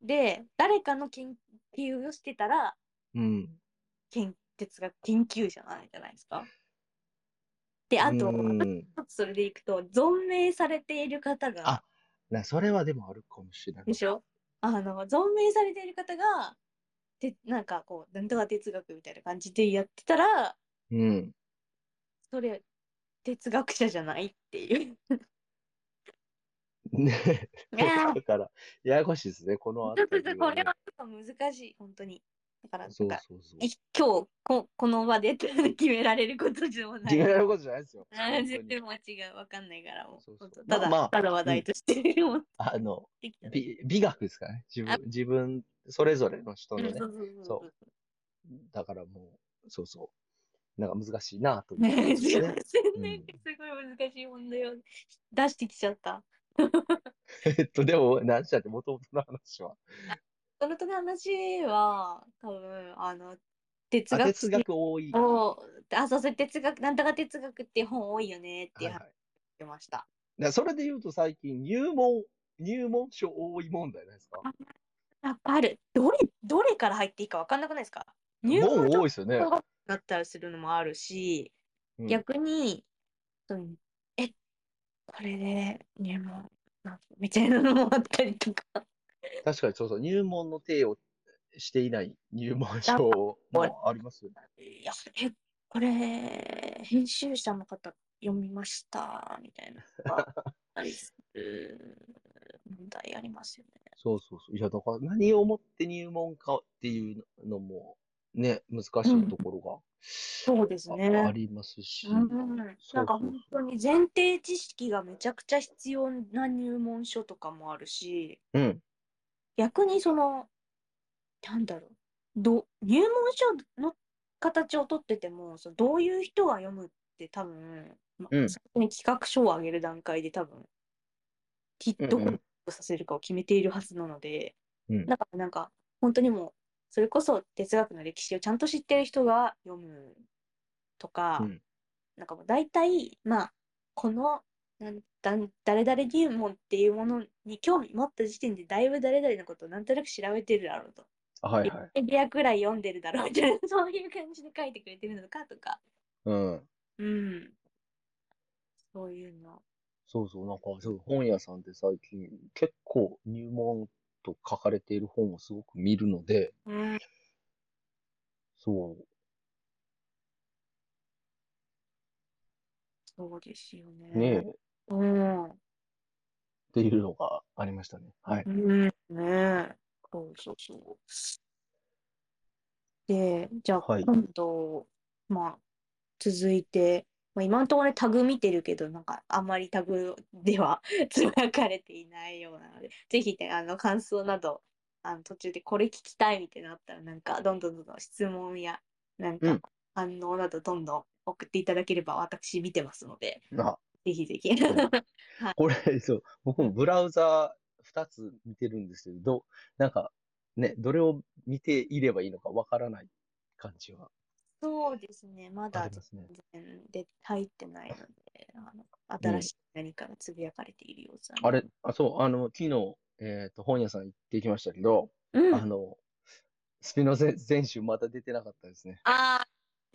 C: で、誰かの研究をしてたら、
B: うん。
C: 研哲学研究者なんじゃないですか。で、あと、
B: うん
C: ちょっとそれでいくと、存命されている方が、
B: あなそれはでもあるかもしれない。
C: でしょあの存命されている方がてなんかこうなんとか哲学みたいな感じでやってたら
B: うん。
C: それ哲学者じゃないっていう。
B: ね
C: [LAUGHS] ねえ
B: [LAUGHS] だから、ややこしいですね、この
C: ちょっと
B: 辺
C: こ
B: り
C: れ
B: はね
C: はちょっと難しい本当に。だからなん
B: そう
C: か
B: そうそう。
C: い今日ここの場で決められることでもな
B: [LAUGHS] 自分
C: い。
B: やることじゃないですよ。本当
C: 全
B: に
C: 然間違うわかんないからもう
B: そうそう
C: 本当ただ、
B: まあまあ
C: ただ話題として持っ
B: あの、
C: てきただけ、
B: 美美学ですからね。自
C: あ
B: 分、自分、それぞれの人
C: う
B: の
C: ん
B: ね
C: そ。うそうそう [LAUGHS] そう
B: だからもう、そうそう。なんか難しいなと思って
C: ね、
B: ます
C: いません、なん
B: ね
C: か。すごい難しい問題を出してきちゃった。
B: えっと、でも、何したって、もともとの話は。
C: その時の話は多分あの哲
B: あ
C: 学
B: 哲学多い。は
C: をあそうそう哲学なんとか哲学っていう本多いよねって
B: い
C: いう
B: はい。だ
C: 話し
B: か
C: てました。
B: らそれで言うと最近、入門、入門書多い問題ないですか
C: やっぱあるどれどれから入っていいか分かんなくないですか入
B: 本多
C: 門
B: い
C: 書
B: ですよね。
C: がなったりするのもあるし、
B: うん
C: 逆にそのえこれで入門なんみたいなのもあったりとか。
B: 確かにそうそう、入門の手をしていない入門書もありますよね。
C: いやえこれ編集者の方読みましたみたいなのがありする問題ありますよね。
B: そうそうそう。いや、だから何をもって入門かっていうのも、ね、難しいところが。
C: そうです
B: ああ
C: ね。
B: りますし、
C: うん、なんか
B: そう
C: 本当に前提知識がめちゃくちゃ必要な入門書とかもあるし
B: うん、
C: 逆にそのなんだろうど入門書の形をとっててもそのどういう人が読むって多分、ま
B: うん
C: 最初に企画書を上げる段階で多分きっと
B: うんうん
C: とさせるかを決めているはずなので、
B: うん
C: だからなんか本当にもうそれこそ哲学の歴史をちゃんと知ってる人が読むとか、
B: うん
C: なんかもう大体まあこのなんだん誰々入門っていうものに興味持った時点でだいぶ誰々のことをなんとなく調べてるだろうと。
B: はいはい。
C: エリアくらい読んでるだろうみたいな、 [LAUGHS] そういう感じで書いてくれてるのかとか。
B: うん。
C: うん。そういうの。
B: そうそう、なんか、そう本屋さんで最近、結構入門と書かれている本をすごく見るので、
C: うん。
B: そう。
C: そうですよね。
B: ねえ、っ
C: うん。
B: ていうのがありましたね。はい。
C: うん。ねえ。そうそうそう。で、じゃあ
B: はい
C: 今度、まあ、続いて、まあ、今のところねタグ見てるけど、なんかあんまりタグでは [LAUGHS] つぶやかれていないようなので、ぜひね、あの、感想など、あの途中でこれ聞きたいみたいなのあったら、なんか、どんどんどんどん質問や、なん
B: う
C: か
B: ん、
C: 反応などどんどん送っていただければ、私見てますので、
B: あ、
C: ぜひぜひ。
B: これ、 [LAUGHS] そう、僕もブラウザ2つ見てるんですけど、どうなんか、ね、どれを見ていればいいのかわからない感じは
C: [LAUGHS] そうですね、ま
B: あ
C: だ
B: りますね。
C: 全然で入ってないので、あの
B: ん
C: 新しい何かがつぶやかれているようさ、
B: あれ、あ、そう、あの、昨日、えっと、本屋さん行ってきましたけど、
C: うん、
B: あの、スピノゼ全集まだ出てなかったですね。
C: あー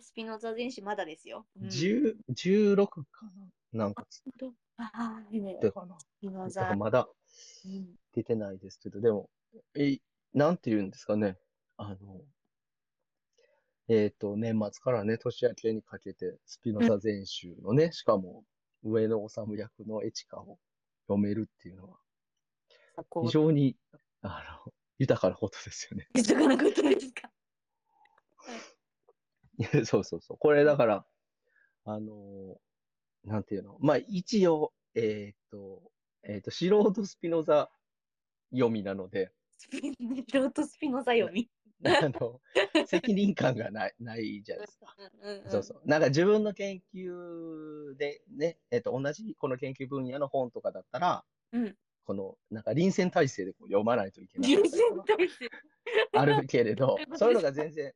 C: スピノザ全集まだですよ。うん
B: 10 16かななんかつっ
C: あーね
B: てかな。
C: スピノ
B: だから
C: ザ、
B: まだ
C: うん
B: 出てないですけど、でも、え、なんて言うんですかね。あの、えっ、と、年末からね、年明けにかけて、スピノザ全集のね、しかも、上野治役のエチカを読めるっていうのは、
C: こ
B: 非
C: う
B: 常に、あの、豊かなことですよね。
C: 豊かなことですか。
B: いや [LAUGHS] そうそうそう。これだから、あのーなんていうのまあ、一応、えーっと、えーっと、素人スピノザ読みなの [LAUGHS] で、
C: スピロートスピノザ読み。
B: あの、責任感がない、ないじゃないですか。そうそう。なんか自分の研究でね、えーっと、同じこの研究分野の本とかだったら、
C: うん
B: この、なんか臨戦体制でこう読まないといけ
C: うん。
B: ない
C: 優
B: と
C: 先
B: か。
C: 体制。
B: あるけれど
C: そういうこ、
B: [LAUGHS]
C: と
B: そういうの
C: で
B: が全然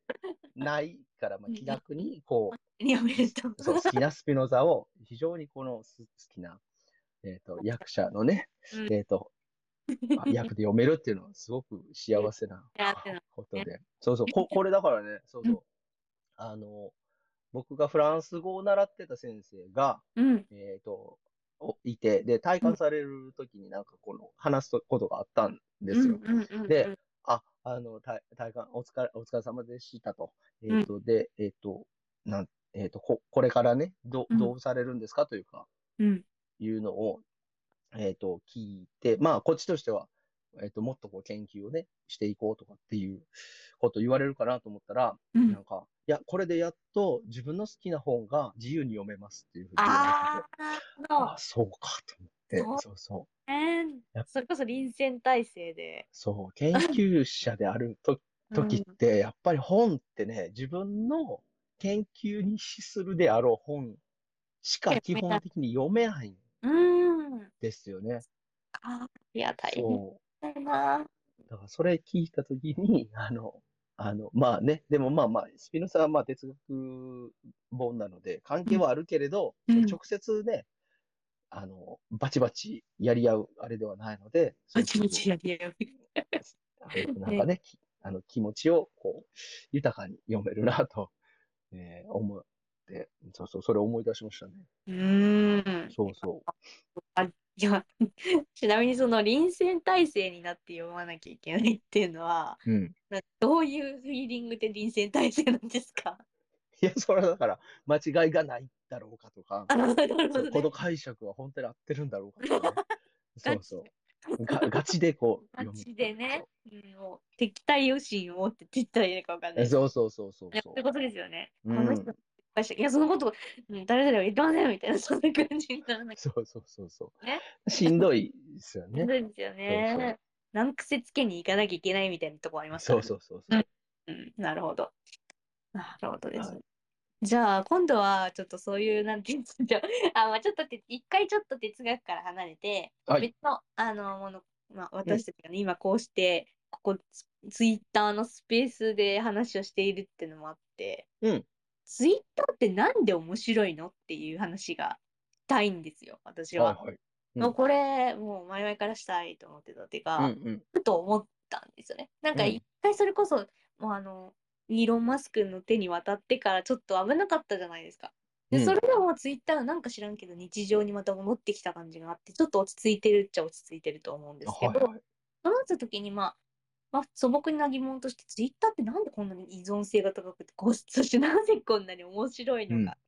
B: ないから、まあ、
C: うん
B: 気楽に、こう、
C: やめると。
B: そう好きなスピノザを非常にこのす好きな、えー、と役者のね、
C: うん
B: えー、と
C: [LAUGHS]
B: あ役で読めるっていうのはすごく幸せな
C: 幸せな
B: ことで、そうそうここれだからねそうそうあの僕がフランス語を習ってた先生が、
C: うん。
B: えー、とおいてで体感される時になんかこの話すことがあったんですよ。
C: うんうんうんうん
B: で、あ、あの、体体感、お疲れ、お疲れ様でしたと。えっ、
C: ん
B: と、で、えっ、と、なん、えっ、とこ、これからね、ど
C: う
B: うんどうされるんですかというか、
C: うん
B: いうのを、えっ、と、聞いて、まあ、こっちとしては、えっ、と、もっとこう、研究をね、していこうとかっていうこと言われるかなと思ったら、
C: うん
B: なんか、いや、これでやっと自分の好きな本が自由に読めますっていうふうに言われ
C: あ
B: てて、
C: ーなるほ
B: ああ、そうかと思って、そうそう。
C: どね
B: やっ
C: それこそ臨戦体制で。
B: そう、研究者であると時って、やっぱり本ってね、自分の研究に資するであろう本しか基本的に読めないん
C: うん。うん
B: ですよね。
C: あいや、大変
B: そ
C: だな。
B: う。だからそれ聞いた時に、あの、あの、まあね、でもまあまあ、スピノサはまあ哲学本なので、関係はあるけれど、
C: うん
B: 直接ね、あの、バチバチやり合うあれではないので、そう
C: 一日やりやる。
B: あ [LAUGHS] のなんかね、きあの気持ちをこう豊かに読めるなと、 [LAUGHS] えー思って、そうそう、それを思い出しましたね。
C: うん。
B: そうそ
C: いや、 [LAUGHS] ちなみにその臨戦体制になって読まなきゃいけないっていうのは、
B: う。うん。
C: などういうフィーリングで臨戦体制なんですか
B: いや、それはだから、間違いがないだろうかとか
C: あ、なるほ
B: そう
C: ど
B: こ
C: ね
B: の解釈は本当に合ってるんだろうかとかね、
C: [LAUGHS]
B: そうそう。がガチでこう
C: ガ
B: 読む。
C: チでね、うん、もう敵対予心を持ってって言ったらいいのかわかんない。
B: そうそうそうそう
C: いや
B: そ
C: そうういう。ことですよね。
B: うん
C: この人会社いや、そのこと、うん、誰々は言ってませんみたいな、そんな感じにならなき
B: そうそうそうそう、
C: ね
B: しんどいですよ
C: ゃいけ
B: ね。
C: ないですよね。
B: そうそう
C: 難癖つけに行かなきゃいけないみたいなとこありますか
B: そ
C: ら
B: う
C: ね
B: そうそうそう。
C: うん、なるほど。なるほどですね。
B: は
C: じゃあ、今度は、ちょっとそういう、なんていうん [LAUGHS] ですか、あ、まあ、ちょっとて、一回ちょっと哲学から離れて、
B: はい
C: 別の、あの、もの、まあ、私たちがね、今こうして、ここ、ツツイッターのスペースで話をしているっていうのもあって、
B: うん
C: ツイッターってなんで面白いのっていう話が、たいんですよ、私は。
B: はいはい。うん
C: もうこれ、もう前々からしたいと思ってたっていうか、
B: うんうん。
C: ふと思ったんですよね。なんか
B: うん
C: 一回それこそ、もうあの、イーロン・マスクの手に渡ってからちょっと危なかったじゃないですか。で、
B: うん
C: それでもツイッターがなんか知らんけど日常にまた戻ってきた感じがあって、ちょっと落ち着いてるっちゃ落ち着いてると思うんですけど、
B: はいはい。
C: そのった時にまあ、まあ、素朴な疑問として、ツイッターってなんでこんなに依存性が高くて、こうそしてなぜこんなに面白いのか。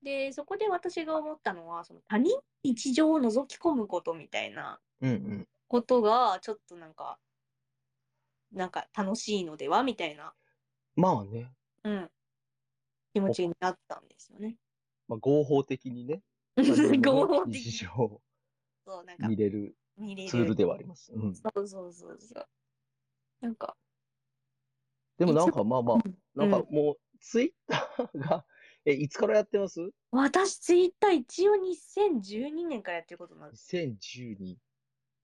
C: で、そこで私が思ったのは、その他人日常を覗き込むことみたいな
B: うんうん。
C: ことが、ちょっとなんか、なんか楽しいのではみたいな、
B: まあね、
C: うん、気持ちになったんですよね。
B: まあ、合法的に
C: [LAUGHS]
B: ね、
C: 合法的
B: 日
C: に
B: 常を
C: そうなんか
B: 見れる
C: 見れる。
B: ツールではあります。うん、
C: そうそうそうそう。なんか、
B: でもなんかまあまあ、
C: うん
B: なんかもう、ツイッターが、 [LAUGHS] え、いつからやってます
C: 私ツイッター一応2012年からやってることになる。
B: ?2012、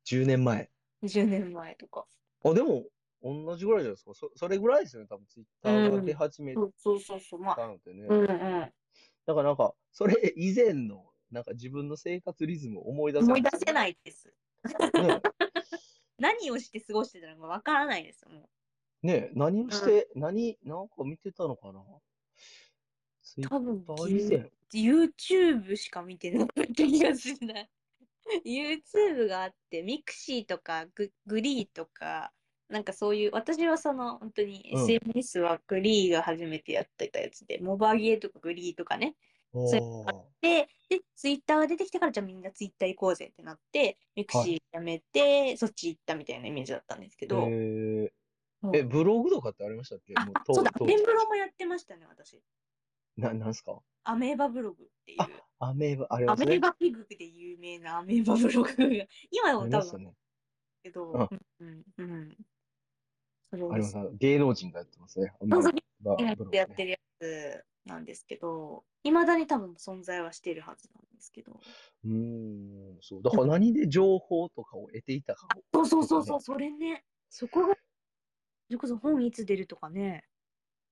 B: 10年前。
C: 10年前とか。
B: あ、でも、同じぐらいじゃないですか。そそれぐらいですよね、多分ツイッターが出始めた
C: そうそうそうそう、まあ。
B: のでね。
C: うんうん。
B: だからなんか、それ以前の、なんか自分の生活リズムを思い出せ
C: 思い出せ
B: い。
C: ないです。
B: ね
C: 何をして過ごしてたのかわからないです。も
B: ね何をして、何、なんか見てたのかなツイ
C: う
B: ッタ
C: 多分
B: ー以前。
C: YouTube しか見てなかった気がするな。YouTube があって、ミクシーとかググリーとか、なんかそういう、私はその本当に
B: うん
C: SNS はグリーが初めてやってたやつで、モバゲーとかグリーとかね、
B: あ
C: で、で、ツイッターが出てきたから、じゃあみんなツイッター行こうぜってなって、ミク
B: はい
C: シーやめて、そっち行ったみたいなイメージだったんですけ
B: ー
C: ど、
B: え
C: もう
B: ーえ、ブログとかってありましたっけ
C: あ
B: も
C: あ
B: 当
C: そうだ、ア
B: 当
C: メ
B: 時
C: ブロもやってましたね、私。
B: な、なんすか
C: アメーバブログっていう、
B: アメーバ、あれ
C: ア
B: ます
C: メ
B: ね
C: ー。バピグで有名なアメーバブログが、今で
B: あ
C: も
B: りま
C: 多分
B: し
C: あ
B: た
C: る
B: ね。
C: けど、
B: あ
C: うん、うん、うん。それ
B: あり
C: で
B: ます
C: す。。
B: 芸能人がやってますね。アメ
C: そうそう
B: ーバ
C: やっ
B: ブロ
C: てやっ
B: グね。
C: てるやつなんですけど、いまだに多分存在はしてるはずなんですけど。
B: うーん、そう。だから何で情報とかを得ていたかを。
C: そうそうそう
B: と
C: そ
B: か
C: う、それね。そこが、それこそ本いつ出るとかね。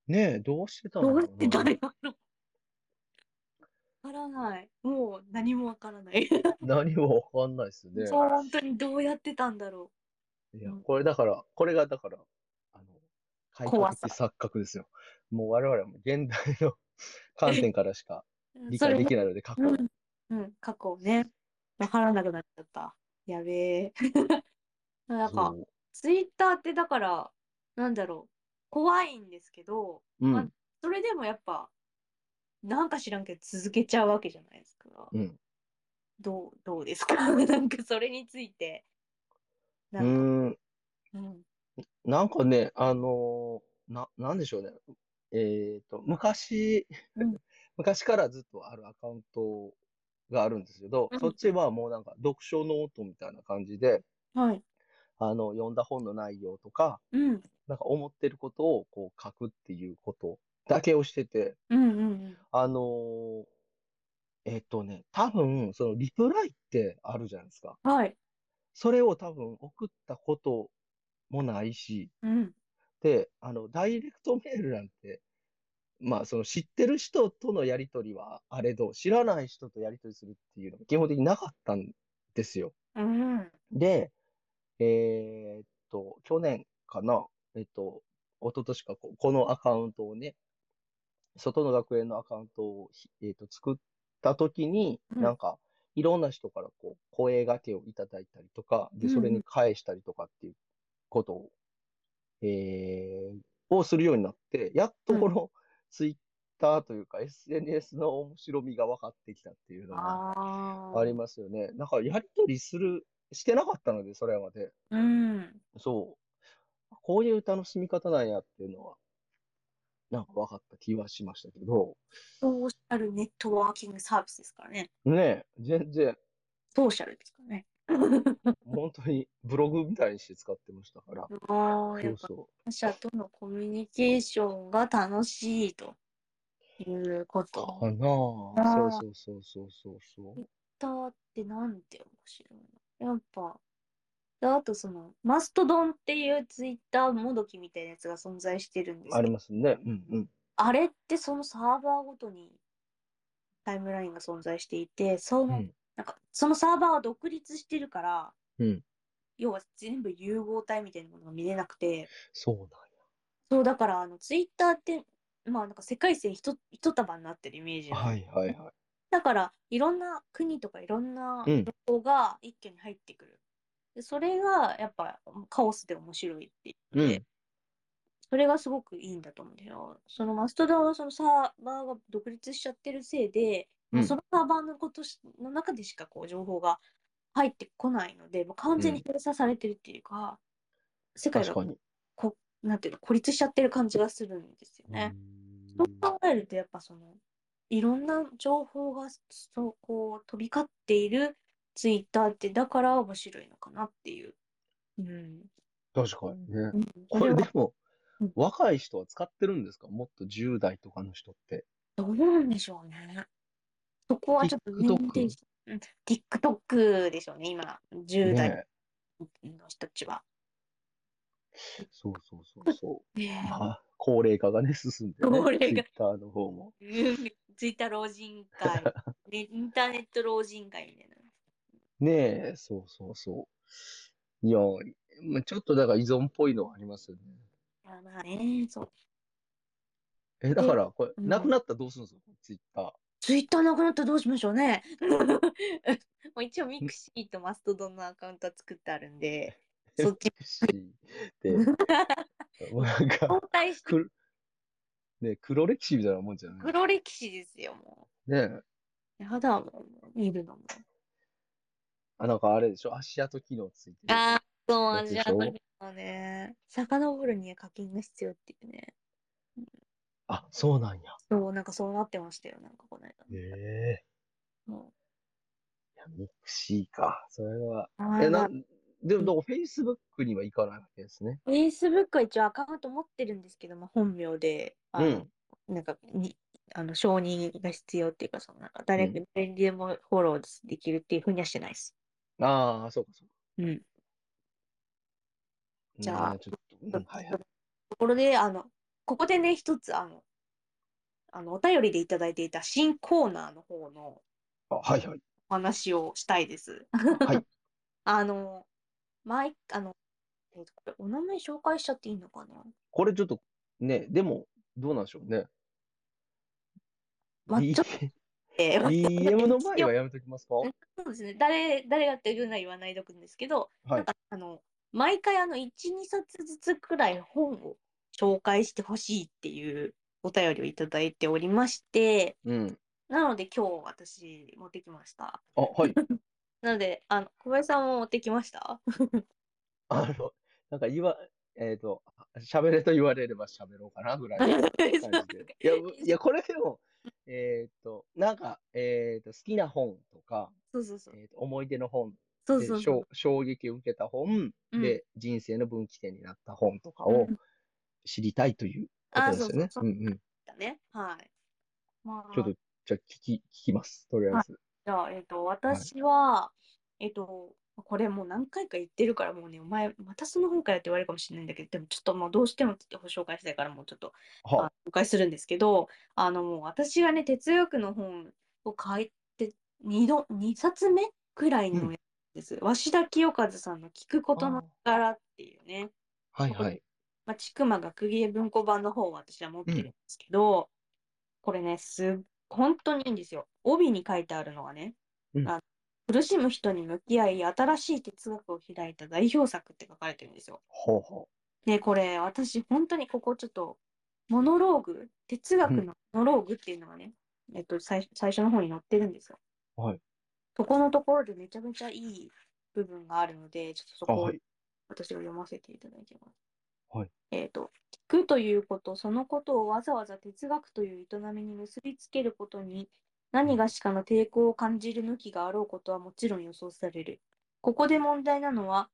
B: ね。ねえ、どうしてたの
C: ど
B: か
C: う
B: な
C: して誰なのわからない。もう何もわからない。
B: 何もわかんないですね。
C: そう、本当にどうやってたんだろ
B: いや
C: うん、
B: これだから、これがだから、あの、怪
C: 怖
B: 奇的錯覚ですよ。もう我々はもう現代の観点からしか
C: う。
B: 理
C: そ
B: 解
C: れ
B: で
C: も、
B: きないので、過去
C: うん、うん、過去ね。わからなくなっちゃった。やべえ。 [LAUGHS] なんか、
B: そう。
C: ツイッターってだから、なんだろう。怖いんですけど、
B: うん。
C: あそれでもやっぱ、なんか知らんけど続けちゃうわけじゃないですか。
B: うん
C: どう、どうですか [LAUGHS] なんかそれについて。な
B: うー
C: んか、
B: ん。
C: うん。
B: なんかね、あのーな、なんでしょうね。えっ、と、昔、
C: うん
B: [LAUGHS] 昔からずっとあるアカウントがあるんですけど、
C: うん
B: そっちはもうなんか読書ノートみたいな感じで、
C: はい。
B: あの、読んだ本の内容とか、
C: うん。
B: なんか思ってることをこう書くっていうことだけをしてて、
C: うんうんうん。
B: あのーえっ、とね、多分、そのリプライってあるじゃないですか。
C: はい。
B: それを多分送ったこともないし、
C: うん。
B: で、あの、ダイレクトメールなんて、まあ、その知ってる人とのやりとりはあれど、知らない人とやりとりするっていうのが基本的になかったんですよ。
C: うん。
B: で、えーっと、去年かな、えっと、一昨年かこ、このアカウントをね、外の学園のアカウントをひ、えーっと、作った時に、
C: うん
B: なんか、いろんな人からこう、声掛けをいただいたりとか、で、
C: うん
B: それに返したりとかっていうことを、えーをするようになって、やっとこのツイッターというか SNS の面白みが分かってきたっていうのが
C: ああ。
B: ありますよね。なんかやりとりする、してなかったので、それまで。
C: うん。
B: そう。こういう楽しみ方なんやっていうのは、なんか分かった気はしましたけど、
C: ソーシャルネットワーキングサービスですからね。
B: ねえ、全然、
C: ソーシャルですからね。
B: 本当にブログみたいにして使ってましたから。
C: ああ、
B: そ
C: や
B: う
C: っぱ
B: そ
C: 他者とのコミュニケーションが楽しいというこ
B: う。か
C: と。
B: なあ
C: あ
B: そ
C: ー
B: うそうそうそうそうそう。
C: だってなんて面白いのやっぱ。であとその、マストドンっていうツイッターもどきみたいなやつが存在してるんです
B: あ
C: け
B: り
C: ど、
B: ますね。うんうん。
C: あれってそのサーバーごとにタイムラインが存在していて、その、
B: うん
C: なんか、そのサーバーは独立してるから、
B: うん
C: 要は全部融合体みたいなものが見れなくて、
B: そうなんや。
C: そう、だから、あの、ツイッターって、まあ、なんか世界線ひと一束になってるイメージなの。
B: はいはいは
C: だから、いろんな国とかいろんな
B: うん
C: 情報が一挙に入ってくる。でそれが、やっぱ、カオスで面白いっていう
B: い。うん。
C: それがすごくいいんだと思うんだよ。そのマストダンはそのサーバーが独立しちゃってるせいで、まあ
B: うん
C: そのサーバーのことしの中でしかこう情報が入ってこないので、もう完全に閉鎖されてるっていうか、世界
B: 確
C: が
B: かに。
C: こなんていうの孤立しちゃってる感じがするんですよね。そう考えるとやっぱそのいろんな情報がそうこう飛び交っているツイッターってだから面白いのかなっていう。うん。
B: 確かにね。
C: うん
B: これ
C: は
B: でも
C: うん、
B: 若い人は使ってるんですかもっと10代とかの人って。
C: どうなんでしょうね。そこはちょっと年齢
B: TikTok
C: うん TikTok でしょうね、今、10代
B: ね
C: の人たちは。
B: え。そうそうそうそう。
C: [LAUGHS] ね
B: まあ、高齢化がね、進んでね。
C: 高齢化
B: Twitter の方も。
C: えツイッター老人会、ね、インターネット老人会みたいな。
B: ねえ、そうそうそう。いや、まあちょっとだから依存っぽいのはありますよね。
C: いやまあね、そう。
B: え、だから、これ、
C: うん
B: なくなったらどうするんですかツイッター。
C: ツイッターなくなったらどうしましょうね。 [LAUGHS] もう一応、ミクシーとマストドンのアカウントは作ってあるん [LAUGHS] で、そっち
B: し、で、 [LAUGHS] なんか、
C: 交代して、
B: くね、黒歴史みたいなもんじゃない
C: 黒歴史ですよ、も
B: ねえ
C: う。やだもん、見るのも。
B: あ、なんかあれでしょ足跡機能ついてる。
C: ああ、そう、
B: や
C: ア
B: つで
C: ジ
B: しょ
C: アの人はね、遡るには課金が必要っていうね。
B: あ、そうなんや。
C: そう、なんかそうなってましたよ、なんかこの間。
B: ええ
C: も
B: いや、ミクシーか。それは。
C: うあ
B: え、
C: ーま
B: な
C: あ、
B: でも、フェイスブックには行かないわけですね。
C: Facebook は一応アカウント持ってるんですけど、まあ、本名で、あ
B: う
C: の
B: ん。
C: なんかに、あの承認が必要っていうか、そのなんか誰,、
B: う
C: 誰にでもフォローできるっていうふうにはしてないです。
B: ああ、そうか、そうか。
C: うん。じゃあ
B: うんちょっと、うん、はいはい。
C: ところで、あの、ここでね、一つ、あの、あのお便りでいただいていた新コーナーの方の、
B: あはいはい。
C: お話をしたいです。
B: い
C: [LAUGHS] あの、毎、あの、えーとこれお名前紹介しちゃっていいのかな
B: これちょっと、ね、でも、どうなんでしょうね。
C: まあ、
B: D-
C: ちょっと、えー
B: DM の前はやめときますかは
C: [LAUGHS] そうですね、誰、誰がっていうのは言わないでおくんですけど、
B: い。
C: あの、毎回あの、1、2冊ずつくらい本を紹介してほしいっていうお便りをいただいておりまして、
B: うん。
C: なので今日私持ってきました。
B: あ、はい。
C: なので、あの、小林さんも持ってきました
B: あの、なんか言わ、えっ、と、喋れと言われれば喋ろうかなぐらい
C: [LAUGHS]
B: の感じで。いや、ういやこれでも、えっ、と、なんか、えっ、と、好きな本とか、
C: そうそうそう。
B: えーと思い出の本
C: そう
B: で
C: そう
B: し
C: そう
B: ょ。衝撃を受けた本
C: うん
B: で、人生の分岐点になった本とか
C: う
B: を
C: ん
B: 知りたいというこ
C: あ
B: と
C: ー、
B: で
C: そう
B: すよ
C: そう
B: ね。
C: そう
B: う。んうん。
C: だね。はい。まあ、
B: ちょっと、じゃあ聞き、聞きます。とりあえず。
C: じゃあ、えっと、私は、えっと、これもう何回か言ってるから、もうね、お前、またその本かよって言われるかもしれないんだけど、でもちょっともうどうしてもご紹介したいから、もうちょっと
B: は
C: あ紹介するんですけど、あの、もう私がね、哲学の本を買って、2度、2冊目くらいのやつです。鷲田清和さんの聞くことの力っていうね、
B: あ、はいはい。
C: まあ、ちくま学芸文庫版の方を私は持ってるんですけど、これね、すっ本当にいいんですよ。帯に書いてあるのがね、
B: うん
C: あ苦しむ人に向き合い、新しい哲学を開いた代表作って書かれてるんですよ。
B: ほうほ
C: で、これ、私、本当にここちょっと、モノローグ、哲学のモノローグっていうのがね、えっと最、最初の方に載ってるんですよ。
B: はい。。
C: そこのところでめちゃめちゃいい部分があるので、ちょっとそう
B: あ、
C: こを
B: はい。
C: 私が読ませていただいてます。
B: はい
C: えっ、と、聞くということ、そのことをわざわざ哲学という営みに結びつけることに、何がしかの抵抗を感じる向きがあろうことはもちろん予想される。ここで問題なのは、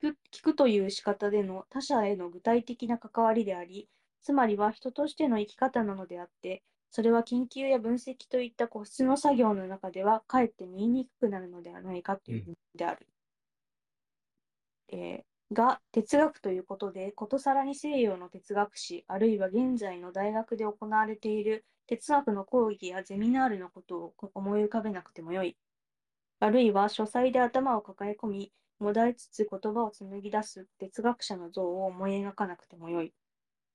C: 聞く聞くという仕方での他者への具体的な関わりであり、つまりは人としての生き方なのであって、それは研究や分析といった個室の作業の中では、かえって見えにくくなるのではないかという意味である。えーが哲学ということで、ことさらに西洋の哲学史、あるいは現在の大学で行われている哲学の講義やゼミナールのことを思い浮かべなくてもよい。あるいは書斎で頭を抱え込み、もだえつつ言葉を紡ぎ出す哲学者の像を思い描かなくてもよい。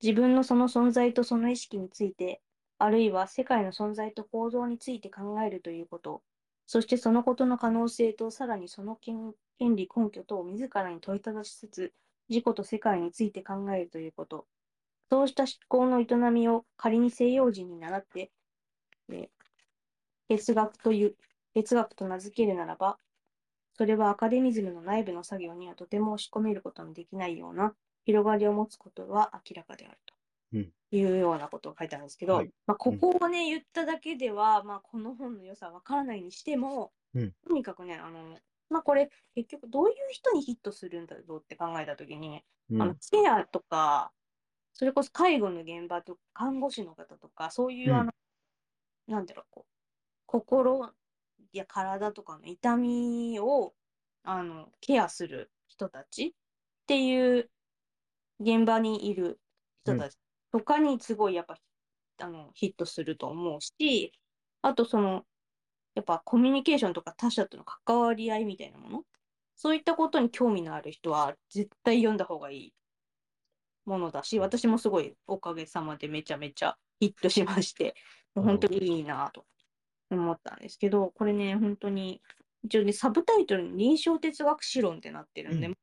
C: 自分のその存在とその意識について、あるいは世界の存在と構造について考えるということ、そしてそのことの可能性とさらにその権権利根拠とを自らに問いただしつつ、自己と世界について考えるということ。そうした思考の営みを仮に西洋人に習って、え哲学という、哲学と名付けるならば、それはアカデミズムの内部の作業にはとても押し込めることのできないような広がりを持つことは明らかであると。いうようなことを書いたんですけど、
B: はい
C: まあ、ここをね、言っただけでは、まあ、この本の良さはわからないにしても、
B: うん
C: とにかくね、あの、まあ、これ、結局、どういう人にヒットするんだろうって考えたときに、
B: うん
C: あの、ケアとか、それこそ介護の現場とか、看護師の方とか、そういう、
B: うん
C: あの、なんだろう、こう、心や体とかの痛みを、あの、ケアする人たちっていう現場にいる人たちとかにすごいやっぱ、あの、ヒットすると思うし、あとその、やっぱコミュニケーションとか他者との関わり合いみたいなものそういったことに興味のある人は絶対読んだ方がいいものだし、私もすごいおかげさまでめちゃめちゃヒットしまして、もう本当にいいなと思ったんですけど、これね、本当に、一応ね、サブタイトルに臨床哲学史論ってなってるんで、
B: うん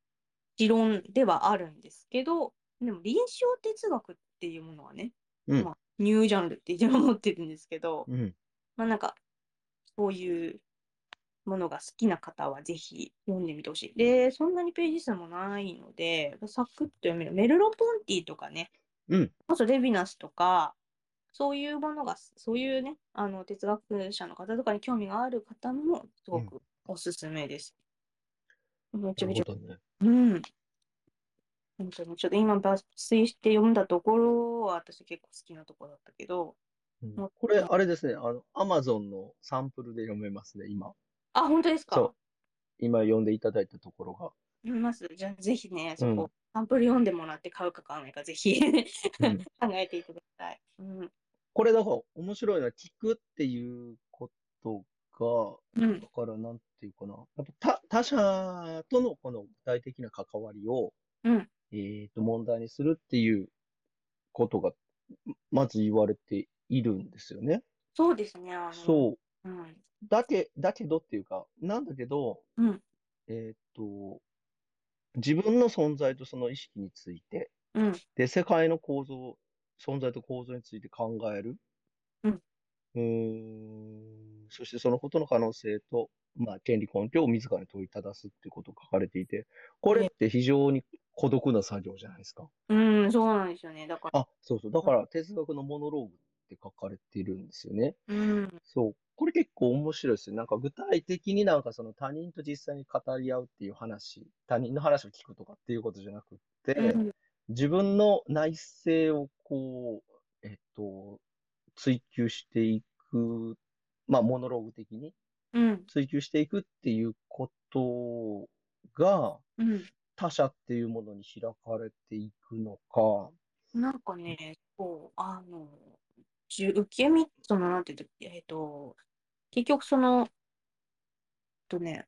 C: 理論ではあるんですけど、でも臨床哲学っていうものはね、
B: うん
C: まあ、ニュージャンルって一応思ってるんですけど、
B: うん
C: まあなんか、こういうものが好きな方はぜひ読んでみてほしい。で、そんなにページ数もないので、サクッと読める。メルロポンティとかね、
B: うん
C: あとレヴィナスとか、そういうものが、そういうね、あの、哲学者の方とかに興味がある方にも、すごくおすすめです。めちゃ
B: な
C: め
B: る
C: ちゃ
B: ほどね。
C: うん。本当に、ちょっと今抜粋して読んだところは私結構好きなところだったけど、
B: うん
C: まあ
B: これ、あれですね、あの、アマゾンのサンプルで読めますね、今。
C: あ、本当ですか
B: そう。今読んでいただいたところが。
C: 読みますじゃあぜひね、そ
B: うん
C: こ、サンプル読んでもらって買うか買わないかぜひ
B: う
C: [LAUGHS] 考
B: ん
C: えていただきたい。うん。
B: これだから面白いのは聞くっていうことが、
C: うん
B: だからなんていうかな。やっぱ他他者とのこの具体的な関わりを、
C: うん
B: えっと、問題にするっていうことが、まず言われているんですよね。
C: そうですね。あの。
B: そう
C: うん。
B: う。だけ、だけどっていうか、なんだけど、
C: うん。
B: えっと、自分の存在とその意識について、
C: うん。
B: で、世界の構造、存在と構造について考える。
C: うん
B: うーん。そしてそのことの可能性と、まあ、権利根拠を自らに問いただすっていうことが書かれていて、これって非常に孤独な作業じゃないですか。
C: うん、そうなんですよね。だか
B: あ、そうそう。だから哲学のモノローグって書かれているんですよね。
C: ら、うん。
B: そう。これ結構面白いですよ。なんか具体的になんかその他人と実際に語り合うっていう話、他人の話を聞くとかっていうことじゃなくって、
C: うん。
B: 自分の内省をこう、えっと、追求していく、まあ、モノローグ的に
C: うん。
B: 追求していくっていうことが、
C: うん。
B: 他者っていうものに開かれていくのか、
C: なんかね、こう、あの、じゅ受け身、その、なんていうんだっけえっと、結局その、えっとね、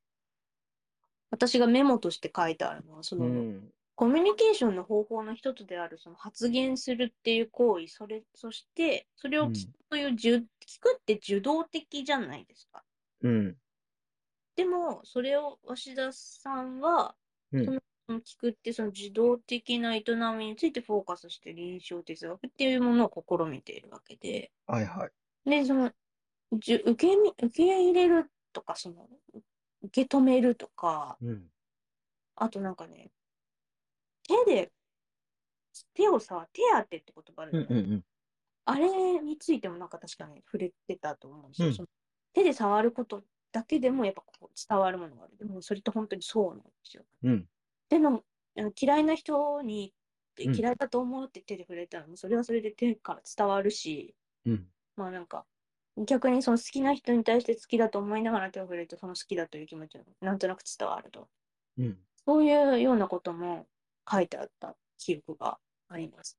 C: 私がメモとして書いてあるのは、そうの、
B: ん、
C: コミュニケーションの方法の一つであるその発言するっていう行為、それ、そして、それを聞くという、じゅ聞くって受動的じゃないですか。
B: うん、
C: でも、それを鷲田さんは、
B: うん
C: そのその聞くってその受動的な営みについてフォーカスして臨床哲学っていうものを試みているわけで、
B: はいはい。
C: で、その、じゅ受け身、受け入れるとか、その、受け止めるとか、
B: うん、
C: あとなんかね、手で、手をさ、手当てって言葉ある
B: う
C: じゃ
B: ん、
C: ない
B: うん、うん、
C: あれについてもなんか確かに触れてたと思うんですよ。
B: うん
C: その手で触ることだけでもやっぱこう伝わるものがある。でもそれって本当にそうなんですよ。
B: うん、
C: でもあの嫌いな人に
B: うん
C: 嫌いだと思うって手で触れたら、もうそれはそれで手から伝わるし、
B: うん、
C: まあなんか逆にその好きな人に対して好きだと思いながら手を触れるとその好きだという気持ちがなんとなく伝わると。
B: うん、
C: そういうようなことも書いてあった記憶があります。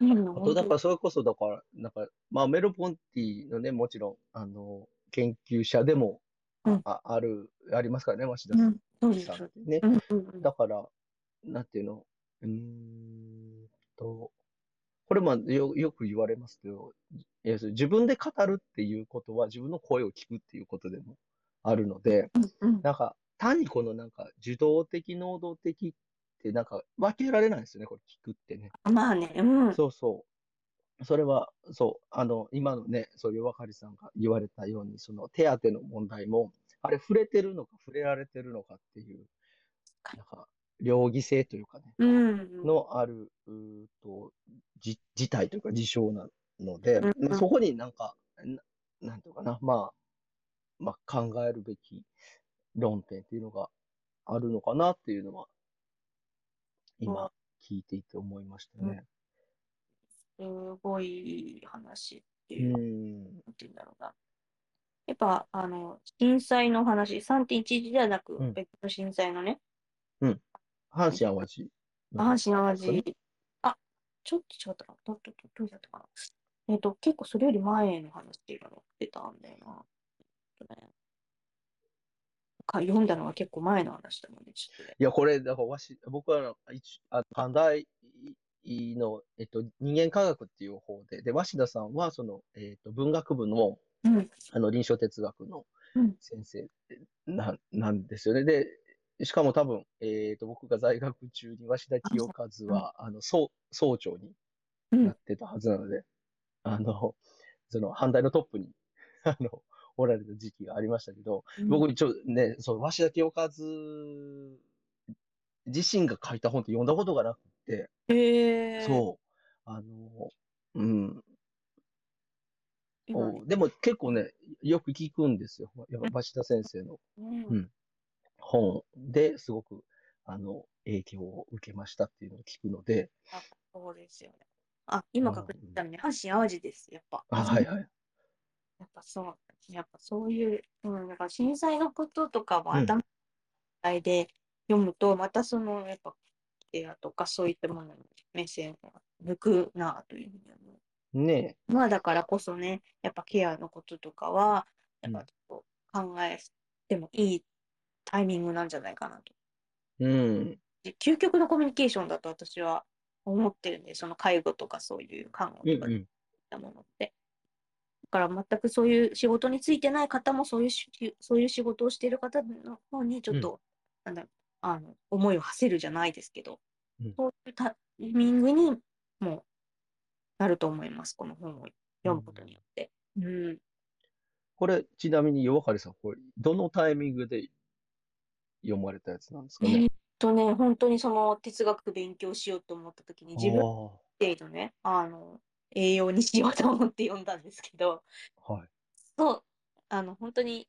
B: あと、だから、それこそ、だから、なんか、まあ、メロポンティのね、もちろん、あの、研究者でも、
C: うん
B: あある、ありますからね、鷲田
C: う
B: さ
C: ん
B: ん。
C: そうです。
B: さ
C: そうんで
B: ね
C: す。うんうんうん
B: だから、なんていうの、うーんと、これもよよく言われますけど、要するに自分で語るっていうことは自分の声を聞くっていうことでもあるので、
C: うん
B: なんか単にこのなんか受動的、能動的ってなんか分けられないんですよね、これ聞くってね。
C: うんまあね、 [LAUGHS] うん。
B: そうそう。それは、そう、あの、今のね、そう、夜かりさんが言われたように、その手当の問題も、あれ、触れてるのか、触れられてるのかっていう、なんか、両義性というかね、
C: うん。
B: のある、うーと、じ、事態というか事象なので、
C: うん
B: まあそこになんか、ななんていうのかな、まあ、まあ、考えるべき論点っていうのがあるのかなっていうのは、今、聞いていて思いましたね。
C: すごいいい話って
B: う
C: いう、なん
B: ん。
C: て言うんだろうな。やっぱ、あの、震災の話、3.11ではなく、
B: うん
C: 別の震災のね、
B: 阪神・淡路。
C: 阪神・淡
B: そうね
C: 路、あ、ちょっと違ったかな。ど、ど、どどうだったかな。えっと、結構それより前の話っていうのが載ってたんだよな。えっとねか読んだのは結構前の話だもんね、ちょっとね。
B: いや、これ、だからわし、僕はあの一あ短大の、えっと、人間科学っていう方で、で、鷲田さんは、その、えっと、文学部の、
C: うん。
B: あの、臨床哲学の
C: うん
B: 先生な,、ん、なんですよね。で、しかも多分、えっ、と、僕が在学中に、鷲田清和は、あの、総、総長に
C: うん
B: なってたはずなので、あの、その、反対のトップに、あの、おられた時期がありましたけど、僕、一応ね、そう、鷲田清和自身が書いた本って読んだことがなくて、
C: えー、
B: そう、あの、うん、
C: 今ね
B: おでも結構ね、よく聞くんですよ。やっぱ鷲田先生の
C: うん
B: うん本ですごく、あの、影響を受けましたっていうのを聞くので、
C: あ、そうですよね。あ、今確認したのね、阪神・淡路です、やっぱ。
B: あ、はいはい。
C: やっぱそう、やっぱそういう、うん、だから震災のこととかも
B: うん
C: 頭いで読むと、またその、やっぱ、ケアとかそういったものに目線が向くなあというふうに思
B: ね
C: う。まあだからこそね、やっぱケアのこととかは、やっ
B: う
C: ぱ
B: ん
C: こう考えてもいいタイミングなんじゃないかなと。
B: え。うん。
C: で究極のコミュニケーションだと私は思ってるんで、その介護とかそういう看護
B: う
C: と
B: ん
C: か
B: う
C: いっ
B: ん。
C: たものって。だから全くそういう仕事についてない方もそういうしそういう仕事をしている方の方にちょっと、なんだあの思いを馳せるじゃないですけど、
B: うん
C: そういうタイミングにもなると思います、この本を読むことによって。うん、
B: これ、ちなみに、夜かりさん、これ、どのタイミングで読まれたやつなんですかね。
C: えーっとね、本当にその哲学勉強しようと思った時に自分
B: あ
C: 程度ね、あの、栄養にしようと思って読んだんですけど、
B: あはい。
C: そう、あの、本当に、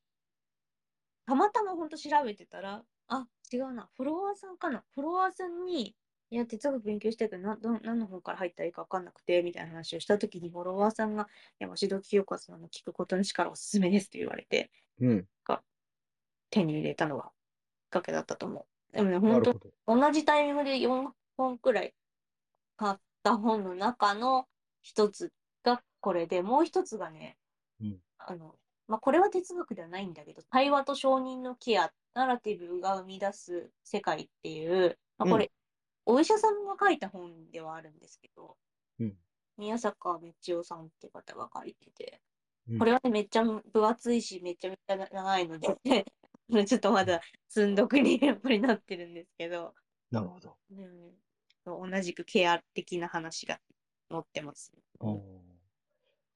C: たまたま本当調べてたら、あ、違うな、フォロワーさんかな、フォロワーさんに、いや、哲学勉強してるけど、などん何の本から入ったらいいか分かんなくて、みたいな話をしたときに、フォロワーさんが、いや、鷲戸清子さんの聞くことの力おすすめですと言われて、
B: うん。
C: 手に入れたのがきっかけだったと思う。でもね、
B: な
C: 本当
B: る
C: に
B: ほど。
C: 同じタイミングで4本くらい買った本の中の一つがこれで、もう一つがね、
B: うん
C: あの、まあ、これは哲学ではないんだけど、対話と承認のケア、ナラティブが生み出す世界っていう、まあ、これ、お医者さんが書いた本ではあるんですけど、
B: うん。
C: 宮坂道夫さんって方が書いてて
B: う、ん
C: これはね、めっちゃ分厚いし、めちゃめちゃ長いので、 [LAUGHS] ちょっとまだ寸読にやっぱりなってるんですけど、
B: なるほど。
C: うん、同じくケア的な話が載ってます。
B: うん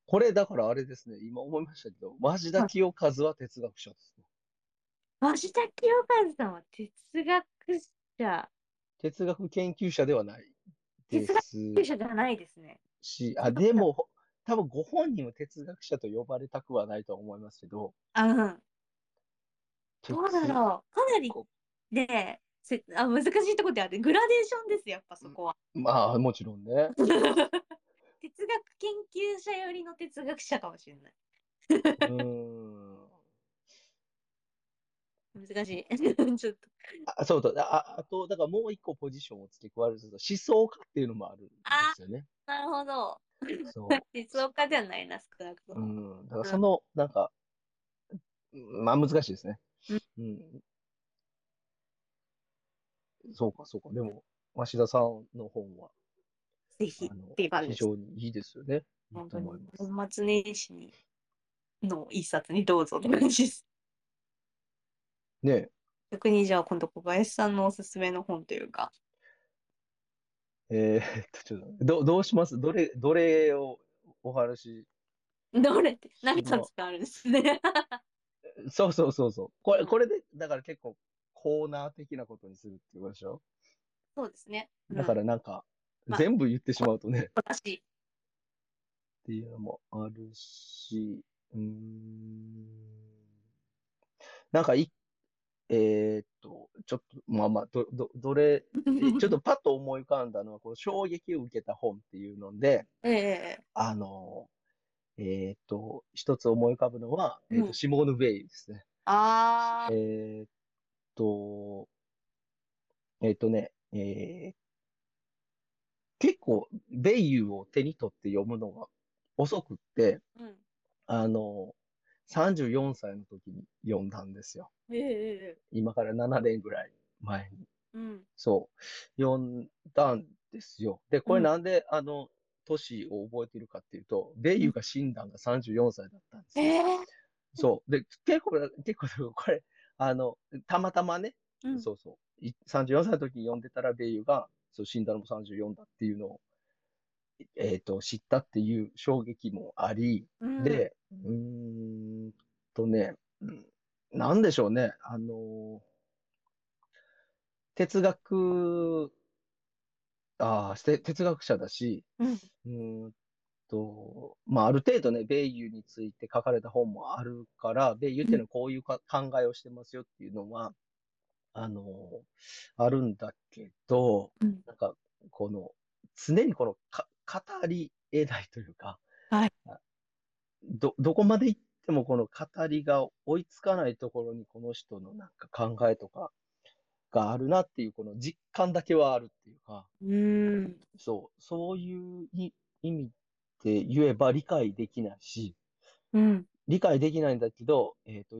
B: これ、だからあれですね、今思いましたけど、ジ田清和は哲学者ですね。
C: 鷲田清和さんは哲学者、
B: 哲学研究者ではないで
C: 哲学
B: す
C: 研究者じゃないですね。
B: し、あ、でも、ほ多分ご本人は哲学者と呼ばれたくはないとは思いますけど、
C: あうん、どうだ
B: 哲
C: ろう。かなり
B: こ
C: ね、せあ難しいところであって、グラデーションです、やっぱそこは。
B: まあ、もちろんね。
C: [LAUGHS] 哲学研究者よりの哲学者かもしれない。
B: うーん。
C: 難しい。 [LAUGHS] ちょっと。
B: あそうだ、ああと、だからもう一個ポジションを付け加えると、思想家っていうのもあるんですよね。
C: なるほど。
B: そう。
C: 実用家じゃないな、少なくと
B: う
C: も。
B: ん。だからその、なんか、うんまあ難しいですね。うん。そうか、そうか。でも、増田さんの本は、
C: ぜひ
B: あ、の
C: ていう感
B: 非
C: じです
B: 常にいいですよね。いい
C: 本
B: と
C: 当に
B: 思います。
C: 年末年始にの一冊にどうぞって感じです。
B: ねえ
C: 逆にじゃあ今度小林さんのおすすめの本というか、
B: えーっ [LAUGHS] と、ちょっと、どどうしますどれ、どれをお話し、
C: どれ [LAUGHS] って何冊かあるんですね。
B: そうそうそうそう。これ、これで、だから結構コーナー的なことにするっていうことでしょ
C: そうですね。うん
B: だからなんか、
C: まあ
B: 全部言ってしまうとね、っ
C: 私、
B: ていうのもあるし、うーん。なんかい、えーっと、ちょっと、まあまあ、ど、ど、どれ、ちょっとパッと思い浮かんだのは、この衝撃を受けた本っていうので、
C: [LAUGHS] ええ
B: あの、えーっと、一つ思い浮かぶのは、えーっと
C: うん
B: シモーヌ・ベイですね。
C: ああ、
B: えーっと、えーっとね、えー結構、ベイユーを手に取って読むのが遅くって、
C: うん。
B: あの、34歳の時に読んだんですよ。
C: ええ
B: 今から7年ぐらい前に。
C: うん。
B: そう。読んだんですよ。で、これ
C: うん
B: なんで、あの、年を覚えてるかっていうと、ベイユーが死んだのが34歳だったんです
C: え
B: よ。
C: え
B: そう。で、結構、結構、これ、あの、たまたまね、
C: うん。
B: そうそう。い34歳の時に読んでたら、ベイユが、そう、死んだのも34だっていうのを、えっ、と、知ったっていう衝撃もあり、
C: うん、
B: で、うーんとね、うんなんでしょうね、あの、哲学、ああ、して哲学者だし、
C: うん、
B: うーんと、まあ、ある程度ね、米油について書かれた本もあるから、米油っていうのはこういうか考えをしてますよっていうのは、あの、あるんだけど、
C: うん
B: なんか、この、常にこのか、語り得ないというか、
C: はい
B: ど、どこまで行ってもこの語りが追いつかないところにこの人のなんか考えとかがあるなっていう、この実感だけはあるっていうか、
C: うん。
B: そう、そういうい意味で言えば理解できないし、
C: うん。
B: 理解できないんだけど、えっ、と、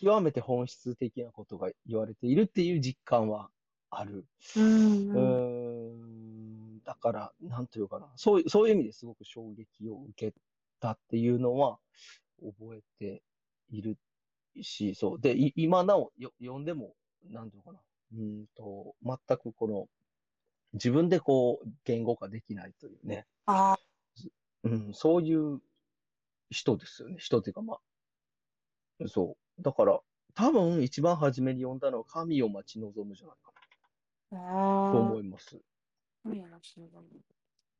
B: 極めて本質的なことが言われているっていう実感はある。
C: うん。
B: うーん、だから、なんというかな。そういう、そういう意味ですごく衝撃を受けたっていうのは覚えているし、そう。で、い今なおよ読んでも、なんというかな。うーんと、全くこの、自分でこう、言語化できないというね。
C: ああ、
B: うん、そういう人ですよね。人っていうか、まあ。そう。だから、多分一番初めに読んだのは神を待ち望むじゃないか
C: あ
B: な
C: あ
B: と思います。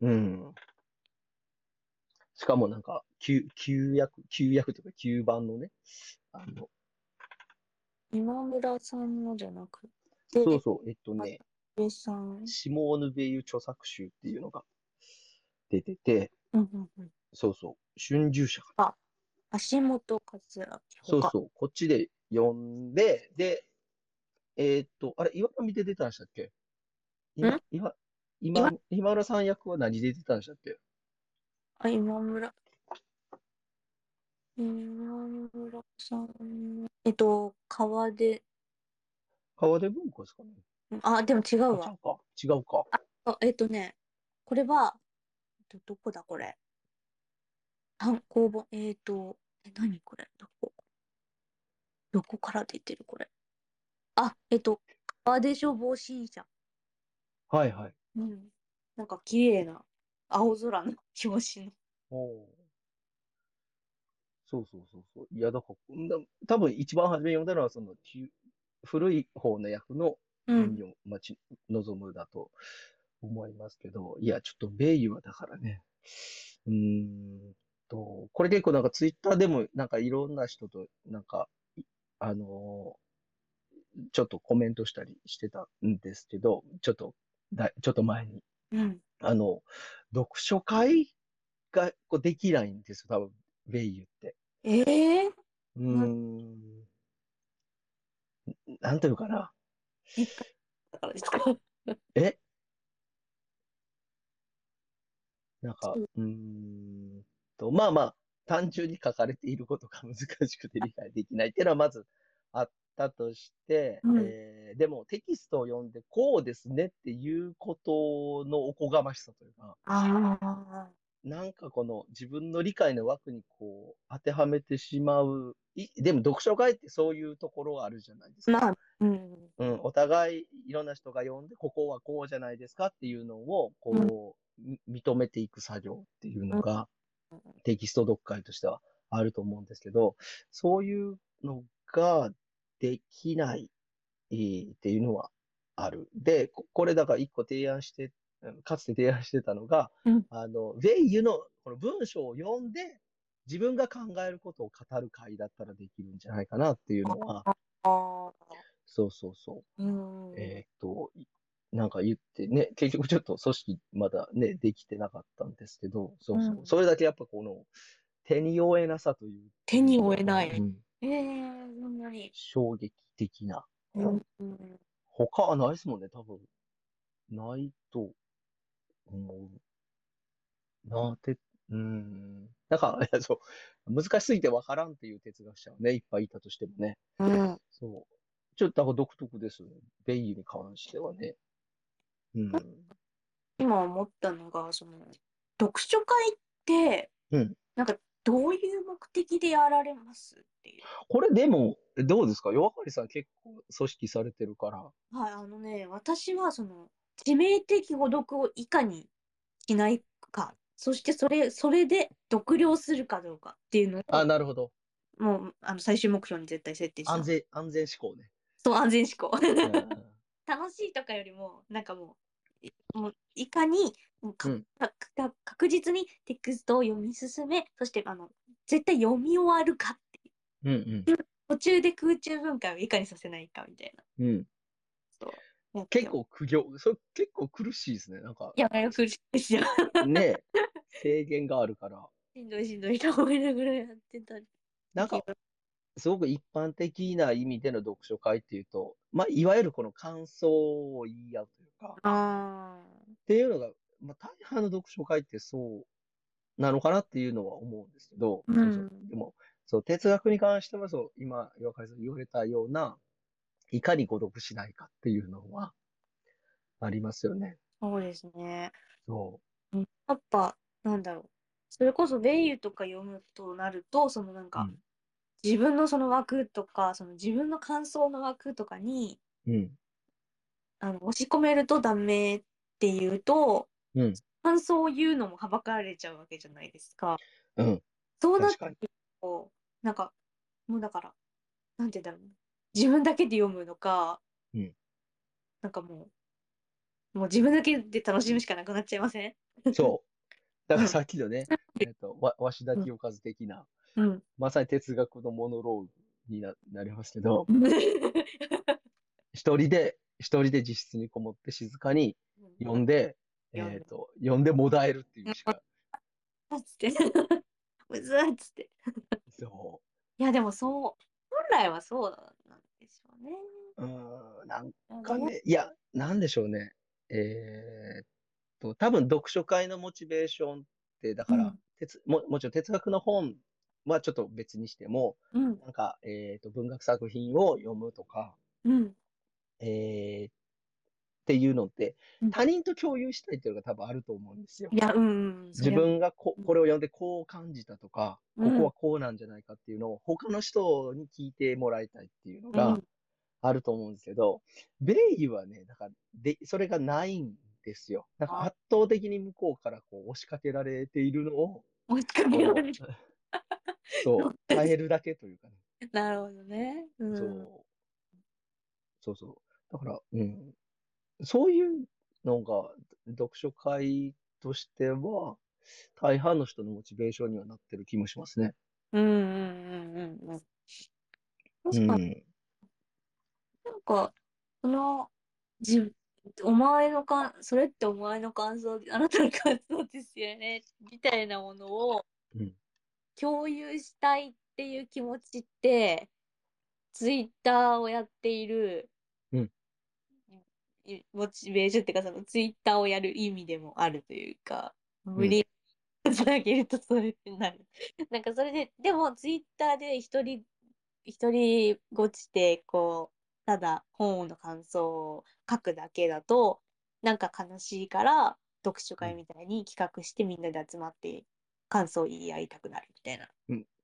B: うん。しかもなんか、旧、旧約、旧約というか、旧版のね、あの、
C: 今村さんのじゃなくて、
B: そうそう、えっとね、
C: 上さん。
B: シモーヌ・ベイユ著作集っていうのが出てて、
C: うんうんうん。
B: そうそう、春秋社かな。
C: 足元和明。
B: そうそう、こっちで読んで、で、えーっと、あれ、岩上で出たんでしたっけ今、今、今、今浦さん役は何で出たんでしたっけ
C: あ、今村。今村さん。えっと、川で、
B: 川出文庫ですかね
C: あ、でも
B: あ
C: 違う
B: 違
C: わ。
B: うか。違うか。
C: あ、えっとね、これは、えっと、どこだこれ。単行本、えっと、え、何これ、どこ。どこから出てるこれ。あ、えっと、川で消防士じゃん。
B: はいはい。
C: うん。なんか綺麗な青空の表紙の。
B: おお。そうそうそうそう。いや、だから、んだ多分一番初めに読んだのは、その、旧古い方の役の
C: う
B: 意味。を待ち望むだと思いますけど、いや、ちょっと米油はだからね、うーんと、これ結構なんかツイッターでもなんかいろんな人となんか、いあのーちょっとコメントしたりしてたんですけど、ちょっと、だちょっと前に。
C: うん。
B: あの、読書会がこうできないんですよ、多分、ベイユって。
C: ええ
B: うーん。なんというかな。
C: だからですか。
B: えなんか、うーんと、まあまあ、単純に書かれていることが難しくて理解できないっていうのはまずあったとして、
C: うん
B: えーでもテキストを読んでこうですねっていうことのおこがましさというか、
C: ああ。
B: なんかこの自分の理解の枠にこう当てはめてしまう。いでも読書会ってそういうところはあるじゃないですか。
C: まあ、うん。
B: うん、お互いいろんな人が読んで、ここはこうじゃないですかっていうのを、こう、み認めていく作業っていうのが、テキスト読解としてはあると思うんですけど、そういうのができない、えーっていうのはある。で、ここれだから一個提案して、うんかつて提案してたのが、
C: うん
B: あの、ウェイユのこの文章を読んで、自分が考えることを語る会だったらできるんじゃないかなっていうのは、
C: ああ。
B: そうそうそう。
C: うん。
B: えーっと、いなんか言ってね、結局ちょっと組織まだね、できてなかったんですけど、そうそう。
C: うん
B: それだけやっぱこの、手に負えなさという。
C: 手に負えない
B: うん
C: ええそんなに。
B: 衝撃的な。
C: うん。
B: 他はないですもんね、多分。ないと思う。なて、うん。なんか、いやそう、難しすぎてわからんっていう哲学者はね、いっぱいいたとしてもね。
C: うん。
B: そう。ちょっとなんか独特ですよね。ベイユに関してはね。うん。
C: 今思ったのが、その、読書会って、
B: うん
C: なんか、どういう目的でやられますっていう。
B: これでも、どうですか弱かりさん結構組織されてるから。
C: はい、あのね、私はその致命的誤読をいかにしないか、そしてそれ、それで読量するかどうかっていうのを、
B: あ、なるほど。
C: もうあの最終目標に絶対設定した。
B: 安全、安全思考ね。
C: そう、安全思考。
B: [LAUGHS] うんうん
C: 楽しいとかよりも、なんかもう、いもういかにもうか、
B: うん
C: かか確実にテキストを読み進め、そしてあの絶対読み終わるかっていう、
B: うん。
C: 途中で空中分解をいかにさせないかみたいな。
B: うんうん。
C: やって
B: 結構苦行、それ結構苦しいですね。なんか、
C: やばいよ、苦しいですよ。 [LAUGHS]
B: ね、制限があるから。
C: しんどいしんどいと思いながらやってたり。
B: なんか、すごく一般的な意味での読書会っていうと、まあ、いわゆるこの感想を言い合うというか、っ
C: あ
B: ていうのが、まあ、大半の読書会ってそうなのかなっていうのは思うんですけど、
C: うん
B: そうそうでも、そう、哲学に関しては、そう、今、岩川さん言われたような、いかに孤独しないかっていうのは、ありますよね。
C: そうですね。
B: そ
C: やっぱ、なんだろう。それこそ、ベイユとか読むとなると、そのなんか、
B: うん
C: 自分のその枠とか、その自分の感想の枠とかに、
B: う。うん。
C: あの、押し込めるとダメっていうと、
B: うん。
C: 感想を言うのもはばかられちゃうわけじゃないですか。
B: うん。
C: そうなっ
B: 確
C: て
B: かに。
C: こうなんか、もうだから、なんて言うんだろう。自分だけで読むのか、
B: うん
C: なんかもう、もう自分だけで楽しむしかなくなっちゃいません
B: そう。だからさっきの
C: [LAUGHS]
B: ね、えっと、わ、鷲田清和的な、
C: うん。
B: まさに哲学のモノローグにな、なりますけど、一人で、一人で自室にこもって静かに読んで、え
C: 読んで
B: っと、読んでもだえるっていうしか、
C: っ [LAUGHS] つって。 [LAUGHS] むずいっつって。
B: そ
C: いや、でもそう、本来はそうなんでしょうね。
B: う。うーん、なん
C: なん
B: か
C: かね
B: ね、いや、なんでしょうね。えーっと、多分読書会のモチベーションって、だから、
C: うん
B: 哲も、もちろん哲学の本はちょっと別にしても、
C: うん、
B: なんか、えーっと、文学作品を読むとか、
C: うん、
B: えーっていうのって
C: うん、
B: 他人と共有したいっていうのが多分あると思うんですよ
C: い。や、うん、そ
B: 自
C: りゃ
B: 分がこ
C: うん
B: これを読んでこう感じたとか、
C: うん
B: ここはこうなんじゃないかっていうのを他の人に聞いてもらいたいっていうのが
C: うん
B: あると思うんですけど、ベイユはね、だからで、それがないんですよ。なんか
C: あ
B: 圧倒的に向こうからこう押しかけられているのを、
C: もう一回見られる。
B: こうそう、耐えるだけというかね。
C: [LAUGHS] なるほどね。うん、
B: そう。そうそう。だから、うん。そういうのが、読書会としては、大半の人のモチベーションにはなってる気もしますね。
C: うん、うん、うん、うん。
B: う
C: 確かに
B: ん。
C: なんか、その、じ、お前のかん、それってお前の感想、あなたの感想ですよね、みたいなものを
B: うん
C: 共有したいっていう気持ちって、ツイッターをやっている、
B: うん
C: いモチベーションっていうか、そのツイッターをやる意味でもあるというか、無理やりつなげるとそういうふうになる。なんかそれで、でもツイッターで一人、一人ごちて、こう、ただ本の感想を書くだけだと、なんか悲しいから、読書会みたいに企画してみんなで集まって感想を言い合いたくなるみたいな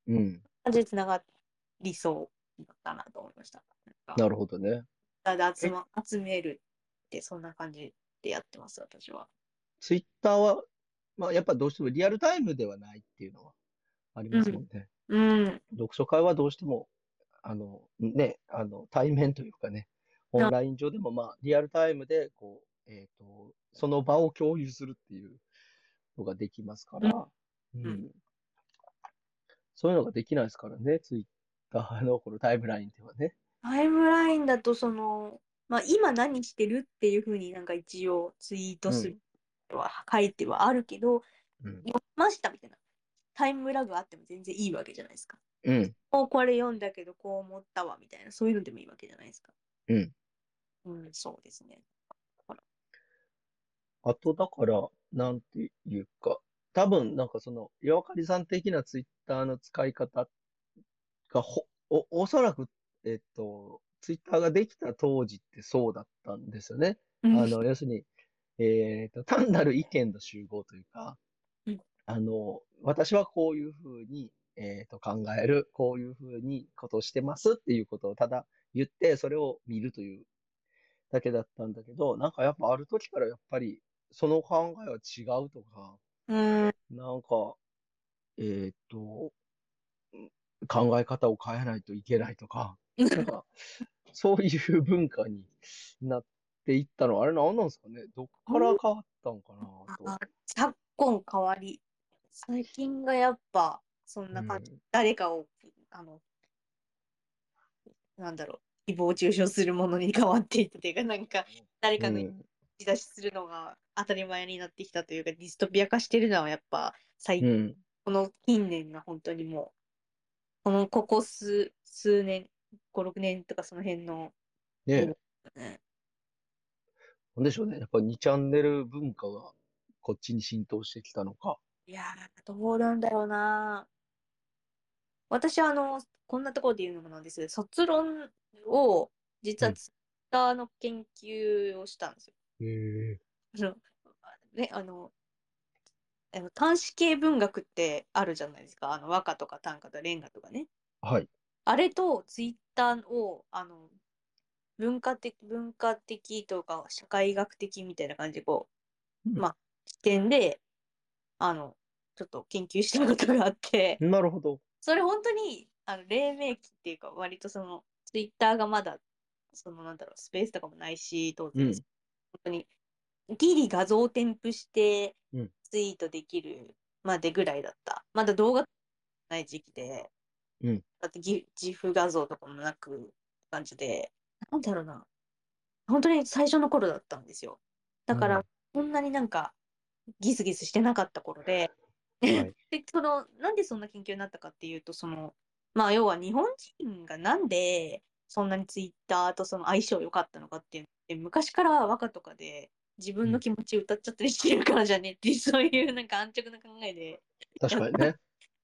B: うん。
C: 感じでつながりそうだったなと思いました。なんか
B: なるほどね。
C: ただ集,、ま、集めるってそんな感じでやってます私は。
B: ツイッターは、まあ、やっぱどうしてもリアルタイムではないっていうのはありますもんね。
C: うん
B: 読書会はどうしても、あの、ね、あの、対面というかね、オンライン上でも、まあ、リアルタイムで、こう、えっ、と、その場を共有するっていうのができますから、うん
C: ん
B: そういうのができないですからね、ツイッターのこのタイムラインではね。
C: タイムラインだとその、まあ、今何してるっていうふうになんか一応ツイートするは、書いてはあるけど
B: うん。
C: 読みましたみたいなタイムラグあっても全然いいわけじゃないですか。
B: うん。
C: おこれ読んだけどこう思ったわみたいなそういうのでもいいわけじゃないですか。
B: うん。
C: うん、そうですね。
B: あと、だから、なんていうか、多分、なんかその、岩わかりさん的なツイッターの使い方がほ、お、おそらく、えっと、ツイッターができた当時ってそうだったんですよね。
C: あ
B: あの、要するに、えっと、単なる意見の集合というか
C: うん、
B: あの、私はこういうふうに、えっと、考える、こういうふうにことをしてますっていうことをただ言って、それを見るというだけだったんだけど、なんかやっぱある時からやっぱり、その考えは違うとか、
C: うん、 [LAUGHS]
B: なんか、えーっと、うん考え方を変えないといけないとか、なんか、そういう文化になっていったのは、あれなんなんですかねどこから変わったんかな
C: あ昨今変わり最近がやっぱそんな感じ、
B: と。
C: 誰かをあのなんだろう誹謗中傷するものに変わっていったというかなんか誰か
B: うん
C: の口出しするのが当たり前になってきたというか、ディストピア化してるのはやっぱ最
B: うんうん
C: この近年が本当にもうこのここ数数年56年とかその辺の、
B: ねえ
C: うんね
B: なんでしょうね。やっぱ2チャンネル文化がこっちに浸透してきたのか。
C: いやー、どうなんだろうな。私はあの、こんなところで言うのもなんですけど、卒論を、実
B: う
C: は
B: ん
C: ツイッターの研究をしたんですよ。
B: へえ。
C: あのね、あの、あの短詩系文学ってあるじゃないですか。あの和歌とか短歌とか連歌とかね。
B: はい。
C: あれとツイッターを、あの、文化的、文化的とか社会学的みたいな感じで、こ
B: うん
C: う、まあ、視点で、あの、ちょっと研究したことがあって、
B: なるほど。
C: それ本当にあの黎明期っていうか割とそのツイッターがまだそのなんだろうスペースとかもないし当然、
B: うん
C: 本当にギリ画像を添付して
B: うん
C: ツイートできるまでぐらいだったまだ動画ない時期で、
B: うん
C: だってギ自負画像とかもなくって感じでなんだろうな本当に最初の頃だったんですよだか
B: う
C: ら
B: ん
C: こんなになんかギスギスしてなかった頃で、
B: はい。
C: で、その、なんでそんな研究になったかっていうと、その、まあ、要は日本人がなんで、そんなにツイッターとその相性良かったのかっていうのって、昔から和歌とかで自分の気持ち歌っちゃったりしてるからじゃねっていう、そういうなんか安直な考えで
B: 確かに [LAUGHS] ね。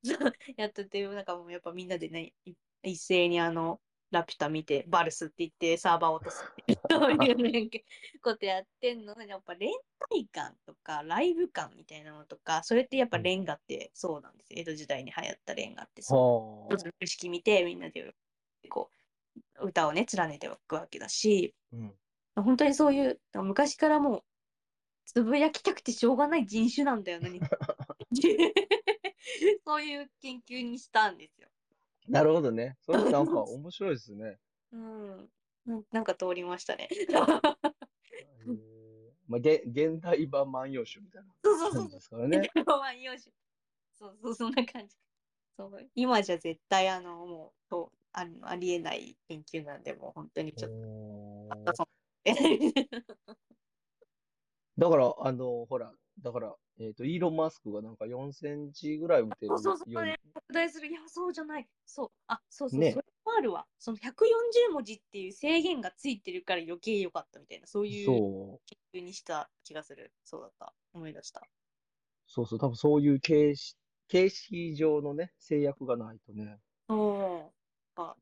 C: そう [LAUGHS] やってて、なんかもうやっぱみんなでね、い一斉にあの、ラピュタ見て、バルスって言って、サーバー落とすっていうそういうなんかことやってんのが、やっぱ連帯感とか、ライブ感みたいなのとか、それってやっぱレンガってそうなんですよ。江戸時代に流行ったレンガってそう。
B: は
C: 一つの景色見て、みんなでこう、歌をね、連ねておくわけだし、
B: あ。うん。
C: 本当にそういう、昔からもう、つぶやきたくてしょうがない人種なんだよな、日本 [LAUGHS] そういう研究にしたんですよ。
B: なるほどね。それってなん
C: [LAUGHS]
B: か面白いですね。
C: うん。なんなんか通りましたね。 [LAUGHS]
B: へえまあ、げ現代版万葉集みたいな
C: そうそうそう
B: 感じですからね。
C: ロマン用紙。 [LAUGHS] そうそう、そんな感じ。そう今じゃ絶対、あの、もう、そうあのありえない研究なんで、もう本当にちょっ
B: お
C: と
B: ー
C: [LAUGHS] そう
B: だから、あの、ほら、だから、えっ、と、イーロン・マスクがなんか4センチぐらい打てる
C: そうそうそう
B: ように
C: 拡大する。いや、そうじゃない。そう。あ、そうそう。
B: ね
C: それあるわ。その140文字っていう制限がついてるから余計良かったみたいな、そういう
B: そう。
C: 風にした気がする。そうだった。思い出した。
B: そうそう。多分そういう形式、形式上のね、制約がないとね。
C: おあ、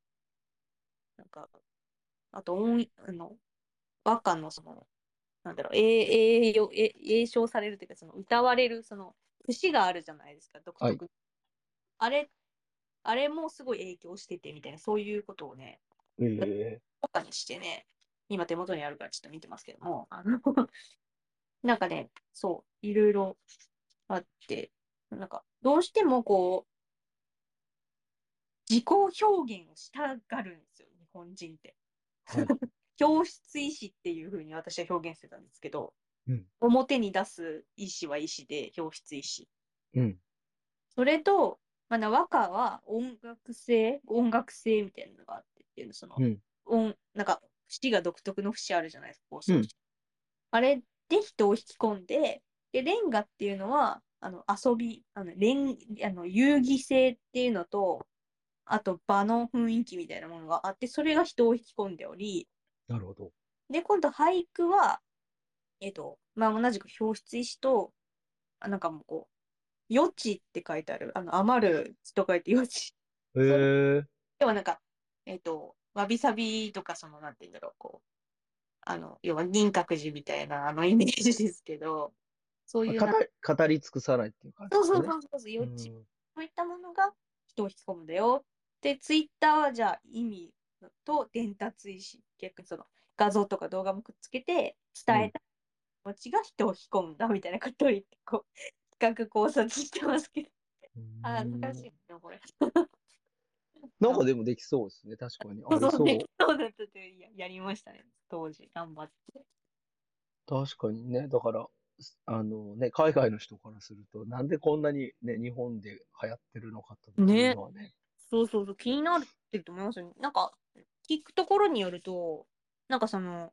C: なんか、あと音、あの、和歌のその、なんだろう、え、栄養、え、栄唱されるというか、その歌われる、その、節があるじゃないですか、独特。
B: はい
C: あれ、あれもすごい影響してて、みたいな、そういうことをね、
B: ええ
C: 和歌にしてね、今手元にあるからちょっと見てますけども、あの、 [LAUGHS] なんかね、そう、いろいろあって、なんか、どうしてもこう、自己表現をしたがるんですよ、日本人って。
B: はい。
C: 表出意志っていうふうに私は表現してたんですけど、
B: うん
C: 表に出す意志は意志で、表出意志。
B: うん。
C: それと、まあな、和歌は音楽性、音楽性みたいなのがあってっていうの、その、
B: うん
C: 音、なんか、節が独特の節あるじゃないですか、こう
B: うん
C: あれで人を引き込んで、で、レンガっていうのは、あの、遊び、あの、レン、あの、遊戯性っていうのと、あと場の雰囲気みたいなものがあって、それが人を引き込んでおり、
B: なるほ
C: [LAUGHS]
B: ど。
C: で、今度俳句は、えっと、まあ、同じく表出石と、あなんかもうこう、余地って書いてある、あの、余る字と書いて余地。 [LAUGHS]
B: ええ
C: 要はなんか、えっと、わびさびとか、その、なんて言うんだろう、こう、あの、要は銀閣寺みたいな、あのイメージですけど、そういう
B: 語
C: なんか、
B: り語り尽くさないっていう感じ
C: そ
B: で
C: う
B: す
C: そう
B: か
C: そう
B: ね。
C: そうそう、余地
B: うん
C: そういったものが人を引き込むんだよ。で、ツイッターはじゃあ意味と伝達意思、逆にその画像とか動画もくっつけて伝えた気持ちが人を引き込むんだみたいなことを言って、こう、企画考察してますけど。あー、難しいな、これ。
B: なんかでもできそうですね、確かに。あり
C: そう
B: そ
C: でき
B: う。
C: そうだったというややりましたね、当時、頑張って。
B: 確かにね、だから、あのね、海外の人からすると、なんでこんなにね、日本で流行ってるのかというのはね。
C: そうそうそう、気になってると思いますよ。なんか、聞くところによると、なんかその、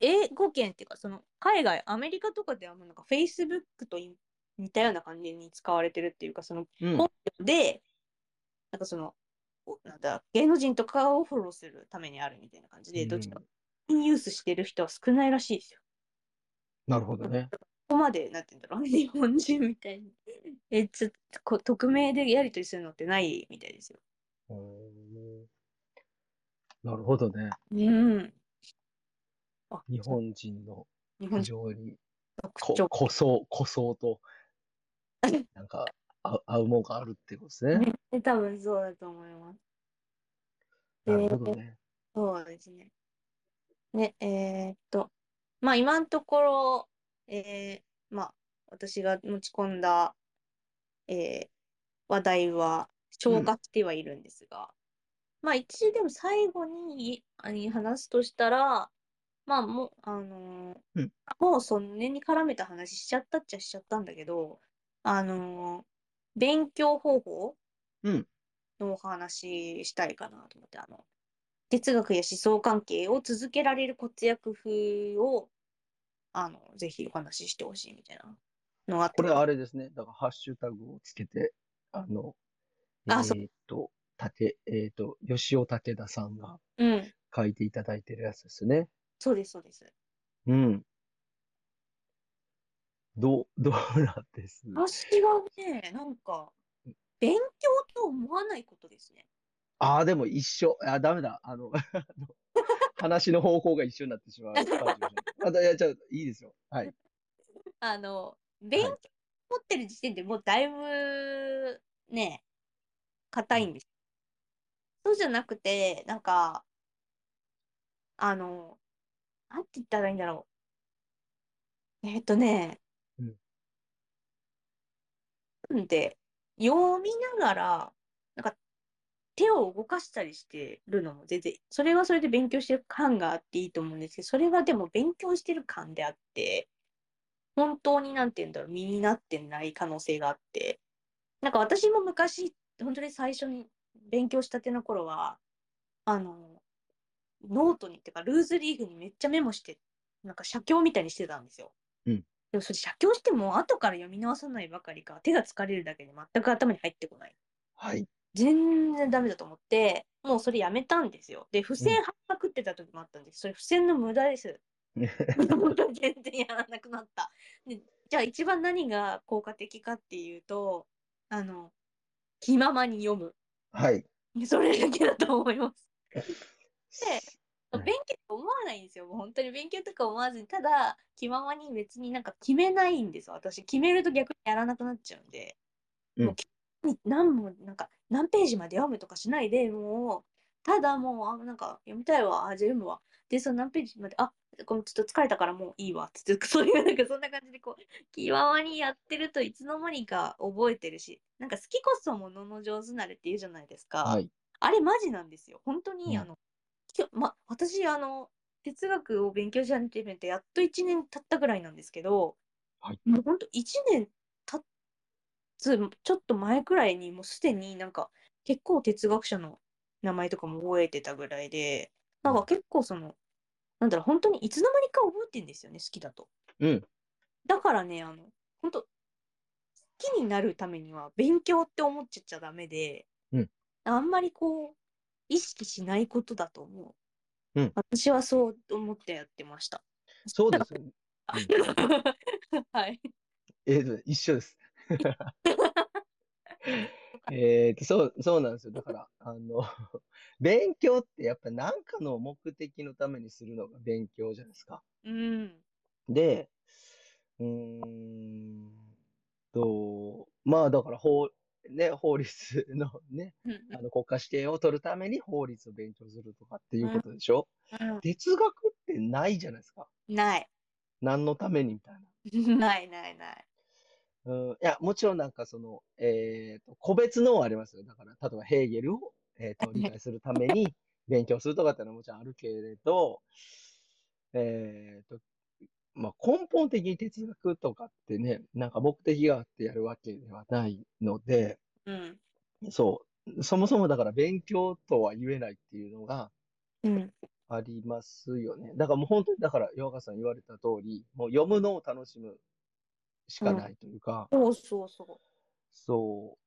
C: 英語圏っていうか、その、海外、アメリカとかではもうなんか、Facebook とい似たような感じに使われてるっていうか、その、
B: うん。
C: 本名で、なんかその、おなんだ、芸能人とかをフォローするためにあるみたいな感じで、どっちか、ニュースしてる人は少ないらしいですよ。
B: なるほどね。
C: ここまで、なんて言うんだろう、日本人みたいに。え、ちょっとこう、匿名でやりとりするのってないみたいですよ。
B: うんなるほどね。
C: うん。あ
B: 日本人の
C: 日本
B: 非
C: 人
B: 常に
C: 特
B: こ
C: 徴。
B: こそう、こそうと、なんか、あ合うもんがあるってことですね。
C: ね多分そうだと思います。
B: なるほどね。
C: そうですね。ね、えーっと、まあ今のところ、えー、まあ私が持ち込んだ、えー、話題は消化してはいるんですが、まあ一応でも最後にあに話すとしたら、まあもう、あのー
B: うん
C: もうそのねに絡めた話しちゃったっちゃしちゃったんだけど、あのー勉強方法
B: うん
C: のお話したいかなと思って、あの、哲学や思想関係を続けられるコツや工夫を、あの、ぜひお話ししてほしいみたいなのがあって。
B: これあれですね。だから、ハッシュタグをつけて、あの、え
C: あそう
B: ーっと、たて、えーっと、吉尾武田さんが
C: うん。
B: 書いていただいてるやつですね。
C: そうです、そうです。
B: うん。どう、どうなんです
C: 私はね、なんか、勉強と思わないことですね。
B: ああ、でも一緒。あ、ダメだ。あの、 [LAUGHS] あの話の方向が一緒になってしまう感じがします。あだいや、ちょっといいですよ。はい。
C: あの、勉強
B: は
C: 持ってる時点でもうだいぶ、ね、硬いんです。そうじゃなくて、なんか、あの、なんて言ったらいいんだろう。えっ、とね、
B: うん
C: なんで、読みながら、なんか、手を動かしたりしてるのも全然、それはそれで勉強してる感があっていいと思うんですけど、それはでも勉強してる感であって、本当になんて言うんだろう、身になってない可能性があって、なんか私も昔、本当に最初に勉強したての頃は、あの、ノートにっていうか、ルーズリーフにめっちゃメモして、なんか写経みたいにしてたんですよ。
B: うん
C: でもそれ写経しても後から読み直さないばかりか、手が疲れるだけで全く頭に入ってこない。
B: はい。
C: 全然ダメだと思って、もうそれやめたんですよ。で、付箋はっぱくってた時もあったんです。それ付箋の無駄です。本当に全然やらなくなった。でじゃあ一番何が効果的かっていうと、あの、気ままに読む。
B: はい。
C: それだけだと思います。
B: はい
C: 勉強と思わないんですよ。もう本当に勉強とか思わずに、ただ、気ままに別になんか決めないんですよ。私、決めると逆にやらなくなっちゃうんで。
B: うん
C: もう決め何も、なんか、何ページまで読むとかしないで、もう、ただもう、あ、なんか、読みたいわ、あ、じゃあ読むわ。で、その何ページまで、あ、このちょっと疲れたからもういいわ、つって、 [LAUGHS] そういう、なんかそんな感じで、こう、気ままにやってるといつの間にか覚えてるし、なんか好きこそものの上手なれって言うじゃないですか。
B: はい。
C: あれマジなんですよ。本当に、
B: うん
C: あの、きょま、私、あの、哲学を勉強し始めて、やっと1年経ったぐらいなんですけど、
B: はい
C: もう本当1年経つ、ちょっと前くらいに、もうすでになんか、結構哲学者の名前とかも覚えてたぐらいで、なんか結構その、なんだろう、本当にいつの間にか覚えてんですよね、好きだと。
B: うん。
C: だからね、あの、本当好きになるためには勉強って思っちゃっちゃダメで、
B: うん
C: あんまりこう、意識しないことだと思う。
B: うん
C: 私はそう思ってやってました。
B: そうです。
C: [LAUGHS] はい。
B: えーと、一緒です。 [LAUGHS] えーと、そう、そうなんですよ。だから、あの、 [LAUGHS] 勉強ってやっぱ何かの目的のためにするのが勉強じゃないですか。
C: うん。
B: で、うーんと、まあだから法、ね、法律のね、
C: うん
B: あの国家試験を取るために法律を勉強するとかっていうことでしょ、哲学ってないじゃないですか。
C: ない。
B: 何のためにみたい
C: ないないない。
B: な。うん、いや、もちろんなんかその、えっ、と、個別のはありますよ。だから、例えばヘーゲルを、えーと理解するために勉強するとかっていうのはもちろんあるけれど、えっ、と、まあ、根本的に哲学とかってね、なんか目的があってやるわけではないので、
C: うん。
B: そう、そもそもだから勉強とは言えないっていうのが
C: うん。
B: ありますよね。だからもう本当に、だから、岩川さん言われた通り、もう読むのを楽しむしかないというか、
C: そうそうそ
B: そ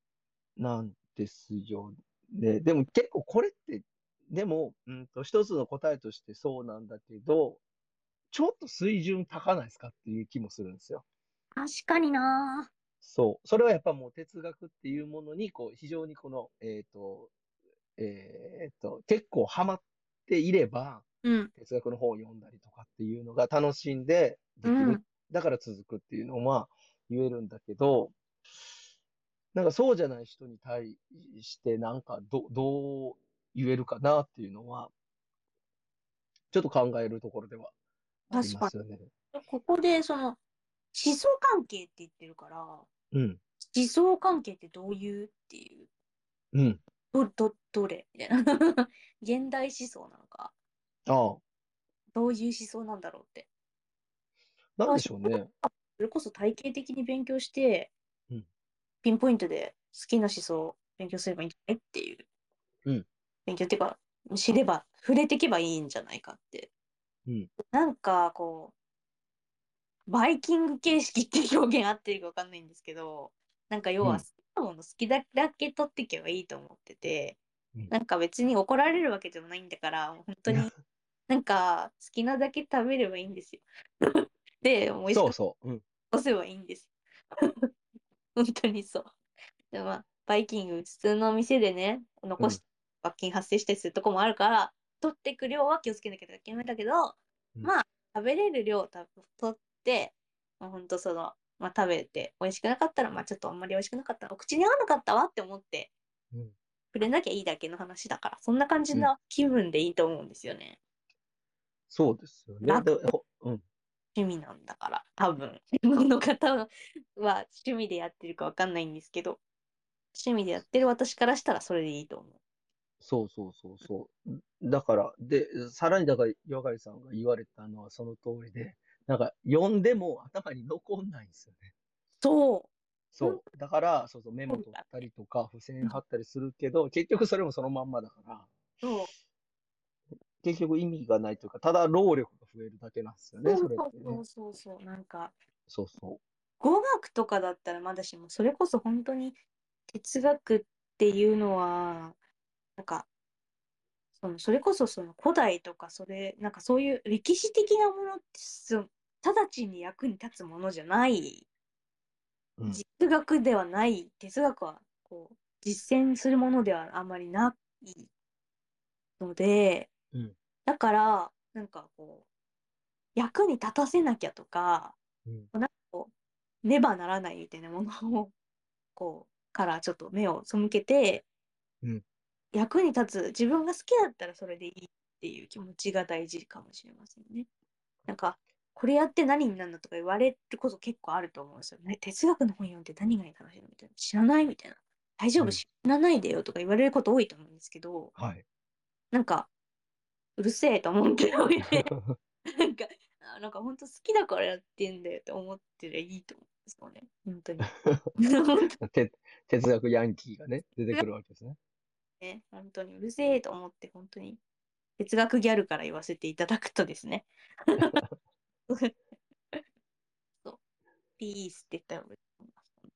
B: うなんですよね。でも結構これって、でも、うんと、一つの答えとしてそうなんだけど、ちょっと水準高ないですかっていう気もするんですよ。
C: う。確かにな
B: そう。それはやっぱもう哲学っていうものに、こう、非常にこの、えっ、と、えっ、と、結構ハマっていれば、
C: うん。
B: 哲学の本を読んだりとかっていうのが楽しんでできる。
C: うん
B: だから続くっていうのは言えるんだけど、なんかそうじゃない人に対してなんかどどう言えるかなっていうのは、ちょっと考えるところではあり
C: 確
B: ま
C: か
B: すよね。
C: に。ここで、その、思想関係って言ってるから、
B: うん。
C: 思想関係ってどういうっていう。
B: うん。
C: ど、ど、どれみたいな。 [LAUGHS] 現代思想なのか。
B: ああ、
C: どういう思想なんだろうって。
B: なんでしょうね。
C: それこそ体系的に勉強して、
B: うん
C: ピンポイントで好きな思想を勉強すればいいんじゃないっていう。
B: うん
C: 勉強っていうか、知れば、触れてけばいいんじゃないかって。
B: うん
C: なんか、こう、バイキング形式っていう表現合ってるかわかんないんですけど、なんか要
B: うん
C: は好きなもの好きだけ取っていけばいいと思ってて、
B: うん
C: なんか別に怒られるわけでもないんだから、もう本当
B: [LAUGHS]
C: になんか好きなだけ食べればいいんですよ。 [LAUGHS] で、美味し
B: そ
C: く
B: うそう。うん。
C: 押せばいいんです。 [LAUGHS] 本当にそう。でまあ、バイキング、普通のお店でね、残し、罰金発生したりするとこもあるから、取ってく量は気をつけなきゃいけないんだけど、
B: うん
C: まあ、食べれる量た取って、まあ、本当その、まあ、食べて、美味しくなかったら、まあ、ちょっとあんまり美味しくなかったら、お口に合わなかったわって思って、
B: うん
C: 触れなきゃいいだけの話だから、そんな感じ
B: うん
C: な気分でいいと思うんですよね。
B: そうですよね。
C: 楽
B: でほうん。
C: 趣味なんだから、多分。この方は趣味でやってるかわかんないんですけど、趣味でやってる私からしたらそれでいいと思う。
B: そうそうそうそう。だから、で、さらにだから、岩刈さんが言われたのはその通りで、なんか、読んでも頭に残んないんですよね。
C: そう。
B: そう。だから、そうそう、メモ取ったりとか、付箋貼ったりするけど、結局それもそのまんまだから、
C: そう。
B: 結局意味がないというか、ただ労力が増えるだけなんですよね、
C: そ
B: そうれって
C: そ
B: ね
C: う。そうそう。なんか、
B: そうそ
C: 語学とかだったらまだしも、それこそ本当に哲学っていうのは、なんか、そのそれこそその古代とかそれ、なんかそういう歴史的なものってす直ちに役に立つものじゃない、
B: うん
C: 実学ではない、哲学はこう実践するものではあんまりないので、
B: うん
C: だから、なんかこう、役に立たせなきゃとか、
B: うん
C: なんかこう、ねばならないみたいなものを、 [LAUGHS] こう、からちょっと目を背けて、
B: うん
C: 役に立つ、自分が好きだったらそれでいいっていう気持ちが大事かもしれませんね。なんか、これやって何になるのとか言われること結構あると思うんですよね。哲学の本読んで何が楽しいのみたいな。知らないみたいな。大丈
B: う
C: 夫
B: ん
C: 知らないでよとか言われること多いと思うんですけど、
B: はい。
C: なんか、うるせえと思っ
B: [LAUGHS]
C: ておいて。 [LAUGHS] なんか、あなんか本当好きだからやってんだよって思ってりゃいいと思うんですよね。本当に。
B: [LAUGHS]
C: [LAUGHS] 本当
B: て哲学ヤンキーがね、出てくるわけですね。
C: ね、本当にうるせえと思って、本当に。哲学ギャルから言わせていただくとですね。 [LAUGHS] そう。ピースって言ったら俺本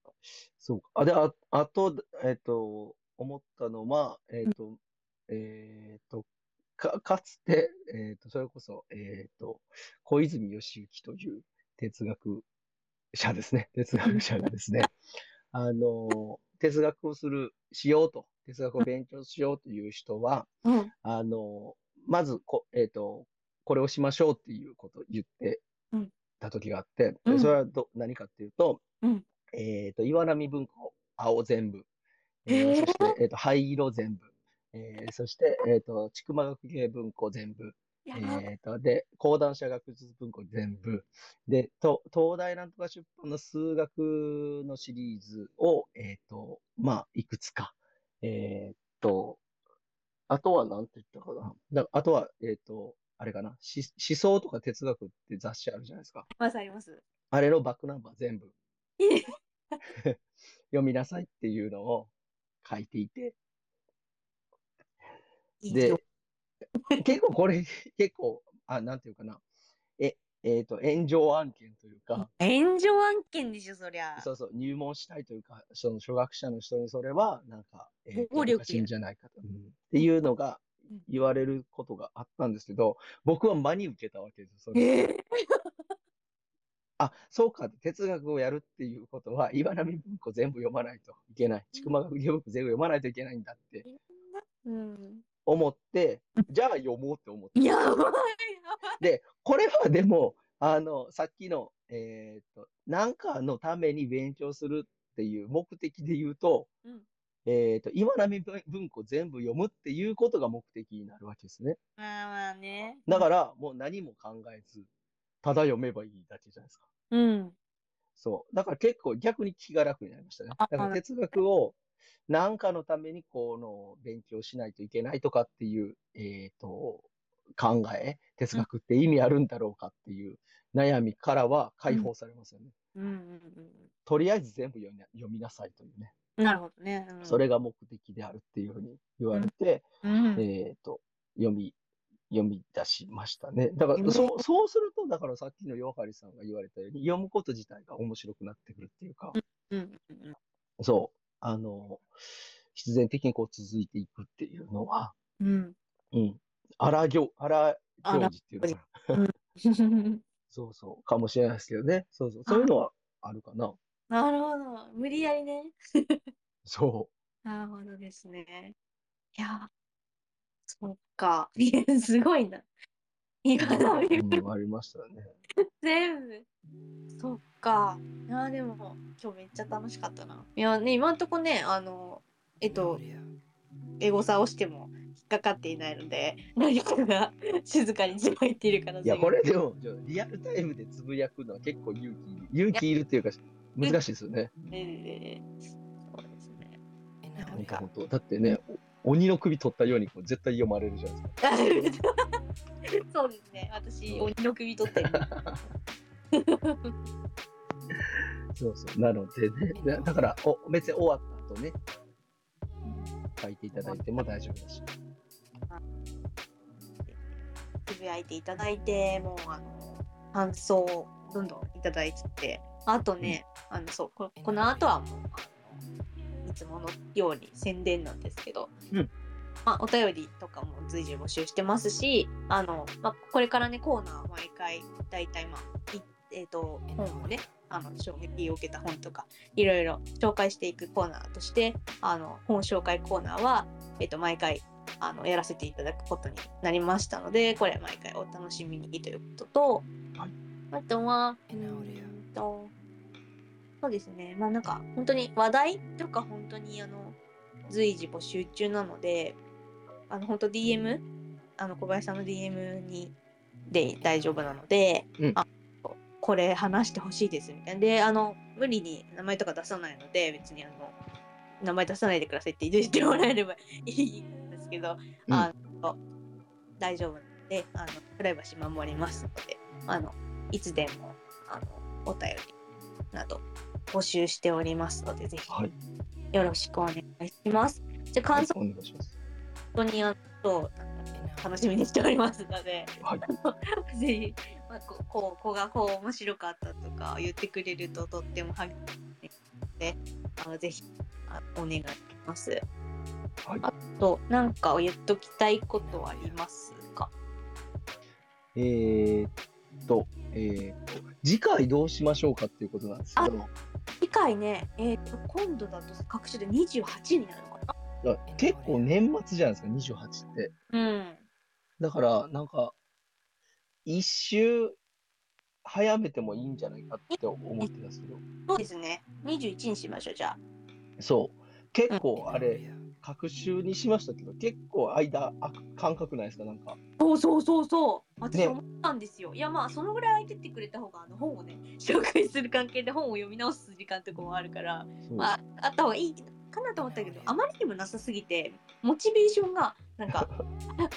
C: 当
B: そうか。あ、で、あ、あと、えっと、思ったのは、えっと、えっと、か、かつて、えっと、それこそ、えっと、小泉義行という哲学者ですね。哲学者がですね、あの、哲学をする、しようと、哲学を勉強しようという人は、
C: うん。
B: あの、まずこ、えっ、と、これをしましょうっていうことを言って
C: うん
B: た時があって、で
C: うん
B: それはど何かっていうと、
C: うん
B: えっ、と、岩波文庫、青全部、えー
C: へー
B: そして、えっ、と、灰色全部、えーそして、えっ、と、筑馬学芸文庫全部、
C: いやー、
B: えー、と、で、講談社学術文庫全部。で、と東大なんとか出版の数学のシリーズを、えっ、と、まあ、いくつか。えっ、と、あとは何て言ったかな。だあとは、えっ、と、あれかな。し思想とか哲学って雑誌あるじゃないですか。
C: まずあります。
B: あれのバックナンバー全部
C: いえ
B: 読みなさいっていうのを書いていて。
C: いい
B: で
C: 情、
B: 結構これ、結構、あ、なんていうかな。え、えっ、と、炎上案件というか、
C: 炎上案件でしょ、そりゃ。
B: そうそう、入門したいというか、その初学者の人にそれは、なんか、えーと
C: 暴力や
B: おかしいんじゃないかと、うんっていうのが
C: うん
B: 言われることがあったんですけど、僕は真に受けたわけですよ。それ
C: えー
B: あ、そうか、哲学をやるっていうことは、岩波文庫全部読まないといけない。筑馬学芸文庫全部読まないといけないんだって
C: うん。
B: 思って、じゃあ読もうって思って。
C: やばいやばい。
B: これはでも、あの、さっきの、えっ、と、なんかのために勉強するっていう目的で言うと、
C: うん
B: えっ、と、今波文文庫全部読むっていうことが目的になるわけですね。
C: まあまあね。
B: だから、もう何も考えず、ただ読めばいいだけじゃないですか。
C: うん。
B: そう。だから結構逆に気が楽になりましたね。
C: あ
B: だから哲学を何かのためにこの勉強しないといけないとかっていう、えっ、と、考え、哲学って意味あるんだろうかっていう悩みからは解放されますよね。
C: うんうんう
B: とりあえず全部読みな読みなさいというね。
C: ん。なるほどね。うん
B: それが目的であるっていうふうに言われて、
C: うん
B: えっ、と、読み、読み出しましたね。だから、
C: うん
B: そう、そうすると、だからさっきのヨハリさんが言われたように、読むこと自体が面白くなってくるっていうか、
C: うんうん
B: そう。あの、必然的にこう続いていくっていうのは、
C: うん。
B: うん。荒行、荒行事っていうのかな。
C: [LAUGHS] うん。
B: そうそう。かもしれないですけどね。そうそう。そういうのはあるかな。
C: なるほど。無理やりね。
B: そ
C: なるほどですね。いや、そっか。いや、すごいな。今
B: う。
C: の
B: うん、ありましたね。
C: 全部。そっか。いや、でも、今日めっちゃ楽しかったな。いや、ね、今んとこね、あの、えっと、エゴサをしても引っかかっていないので、何か [LAUGHS] が静かに自分っているから
B: いや、これでも、ちょリアルタイムでつぶやくのは結構勇気いる。勇気いるっていうか、難しいですよね。
C: ね。そうですね。
B: なんか本当。だってね、お鬼の首取ったようにこう絶対読まれるじゃないですか。
C: そうですね。私、鬼の首取ってる。
B: そうそう。なのでね、だだからお、別に終わった後ね、書いていただいても大丈夫だし。
C: つぶやいていただいてもうあの感想をどんどんいただいててあとね、あのそうここの後はもうあのいつものように宣伝なんですけど、
B: うん
C: まあ、お便りとかも随時募集してますしあの、まあ、これからねコーナー毎回大体まあいえー、と本をねあの衝撃を受けた本とかいろいろ紹介していくコーナーとしてあの本紹介コーナーは、えー、と毎回あのやらせていただくことになりましたのでこれ毎回お楽しみにということと、
B: はい
C: あとはえっとそうですねまあなんか本当に話題とか本当にあの随時募集中なのであの本当 DM あの小林さんの DM にで大丈夫なので、
B: うん
C: あこれ話してほしいですみたいなであの無理に名前とか出さないので別にあの名前出さないでくださいって言ってもらえればいいんですけど、
B: うん
C: あの大丈夫なのであのプライバシー守りますのであのいつでもあのお便りなど募集しておりますのでぜひ
B: はい。
C: よろしくお願いします。じゃあ感想
B: お願いします。
C: 本当にあと楽しみにしておりますので、
B: はい。
C: [LAUGHS] ぜひ、まあ、ここうこうがこう面白かったとか言ってくれるととっても励みになるのであのぜひあお願いします。
B: はい
C: あと何かを言っときたいことはありますか
B: えーっと、えーっと、次回どうしましょうかっていうことなんですけど、
C: 次回ね、えー、と今度だと各種で28になるのか
B: だから結構年末じゃないですか、28って。
C: なうん。
B: だから、なんか、一周早めてもいいんじゃないかって思ってたんですけど、
C: そうですね。21にしましょう、じゃあ。
B: そう、結構あれ、隔週にしましたけど、結構間、あ感覚ないですか、なんか。
C: そうそうそうそう私
B: ね
C: 思ったんですよ、いやまあそのぐらい空いててくれた方があの本をね紹介する関係で本を読み直す時間とかもあるから
B: そう
C: まああった方がいいかなと思ったけどあまりにもなさすぎてモチベーションがなんか [LAUGHS] 早く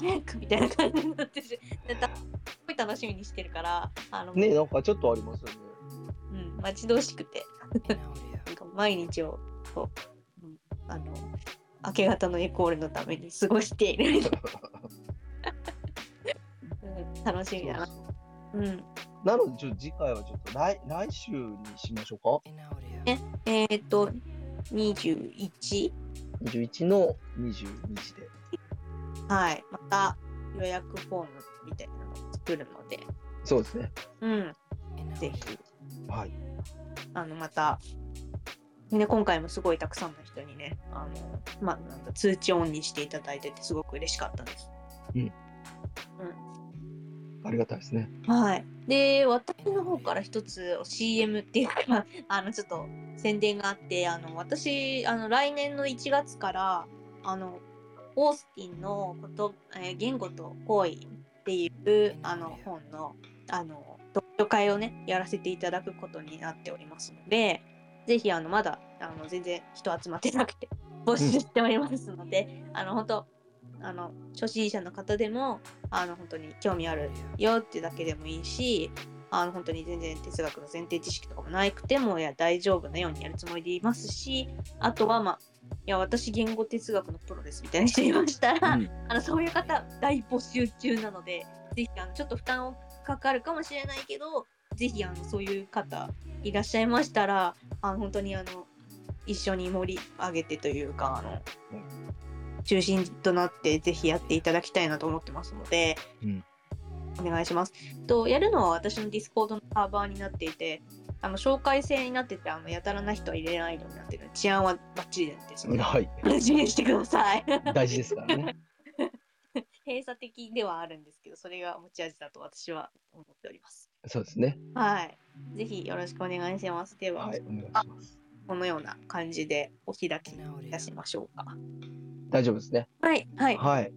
C: 早くみたいな感じになってしだからすごい楽しみにしてるからあの、
B: ね、なんかちょっとありますよね。
C: うん、待ち遠しくてなんか毎日をこう、うん、あの明け方のエコールのために過ごして
B: [LAUGHS]
C: いる、うん、楽しみだな。
B: そうそう
C: うん
B: なので、ちょっと次回はちょっと来来週にしましょう
C: えーっと、21?
B: か。21の22時で。
C: はい。また予約フォームみたいなのを作るので、
B: そうですね。
C: うん。ぜひ、
B: はい。
C: あの、また、ね、今回もすごいたくさんの人にね、あの、まあ、なんか通知オンにしていただいてて、すごく嬉しかったです。
B: ありがたいですね。
C: はい。で、私の方から一つ CM っていうか、 [LAUGHS] あの、ちょっと宣伝があって、あの、私、あの、来年の1月から、あの、オースティンのこと、えー言語と行為っていう、あの、本の、あの、読書会をね、やらせていただくことになっておりますので、ぜひ、あの、まだ、あの、全然人集まってなくて、募集しておりますので、あの、本当あの、初心者の方でも、あの、本当に興味あるよってだけでもいいしあの本当に全然哲学の前提知識とかもなくてもいや大丈夫なようにやるつもりでいますしあとはまあいや私言語哲学のプロですみたいな人いましたら、
B: うん
C: あのそういう方大募集中なのでぜひあのちょっと負担をかかるかもしれないけどぜひあのそういう方いらっしゃいましたらあの本当にあの一緒に盛り上げてというかあの、中心となってぜひやっていただきたいなと思ってますので、
B: うん
C: お願いします。とやるのは私のディスコードのサーバーになっていてあの紹介制になっててあのやたらな人は入れないようになってるので治安はバッチリなんです [LAUGHS] ので
B: はい。
C: 楽しみにしてください。
B: 大事ですから [LAUGHS] ね。
C: 閉鎖的ではあるんですけど、それが持ち味だと私は思っております。
B: そうですね。
C: はい。ぜひよろしくお願いします。では、
B: はい。お願いします。
C: このような感じでお開きいたしましょうか。
B: 大丈夫ですね。
C: はい。はい。
B: はい。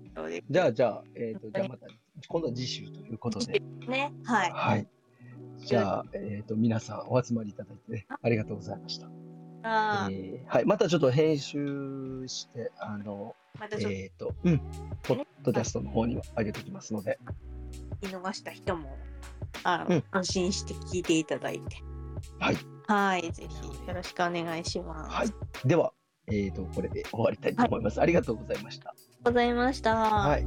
B: じゃあ、じゃあ、えっ、と、じゃあまた、今度は次週ということで。
C: ね。はい。
B: はい。じゃあ、えっ、と、皆さんお集まりいただいて、ね、ありがとうございました。
C: あー
B: えーはい。またちょっと編集して、あの、
C: またちょっ
B: えっ、と、うん。ポッドキャストの方にも上げておきますので。
C: と見逃した人も、あの
B: うん
C: 安心して聞いていただいて。
B: はい。
C: はい。ぜひよろしくお願いします。
B: は
C: あ
B: い
C: りがと。
B: では、えっ、と、これで終わりたいと思います。ありがとうございました。
C: うございました。
B: はい。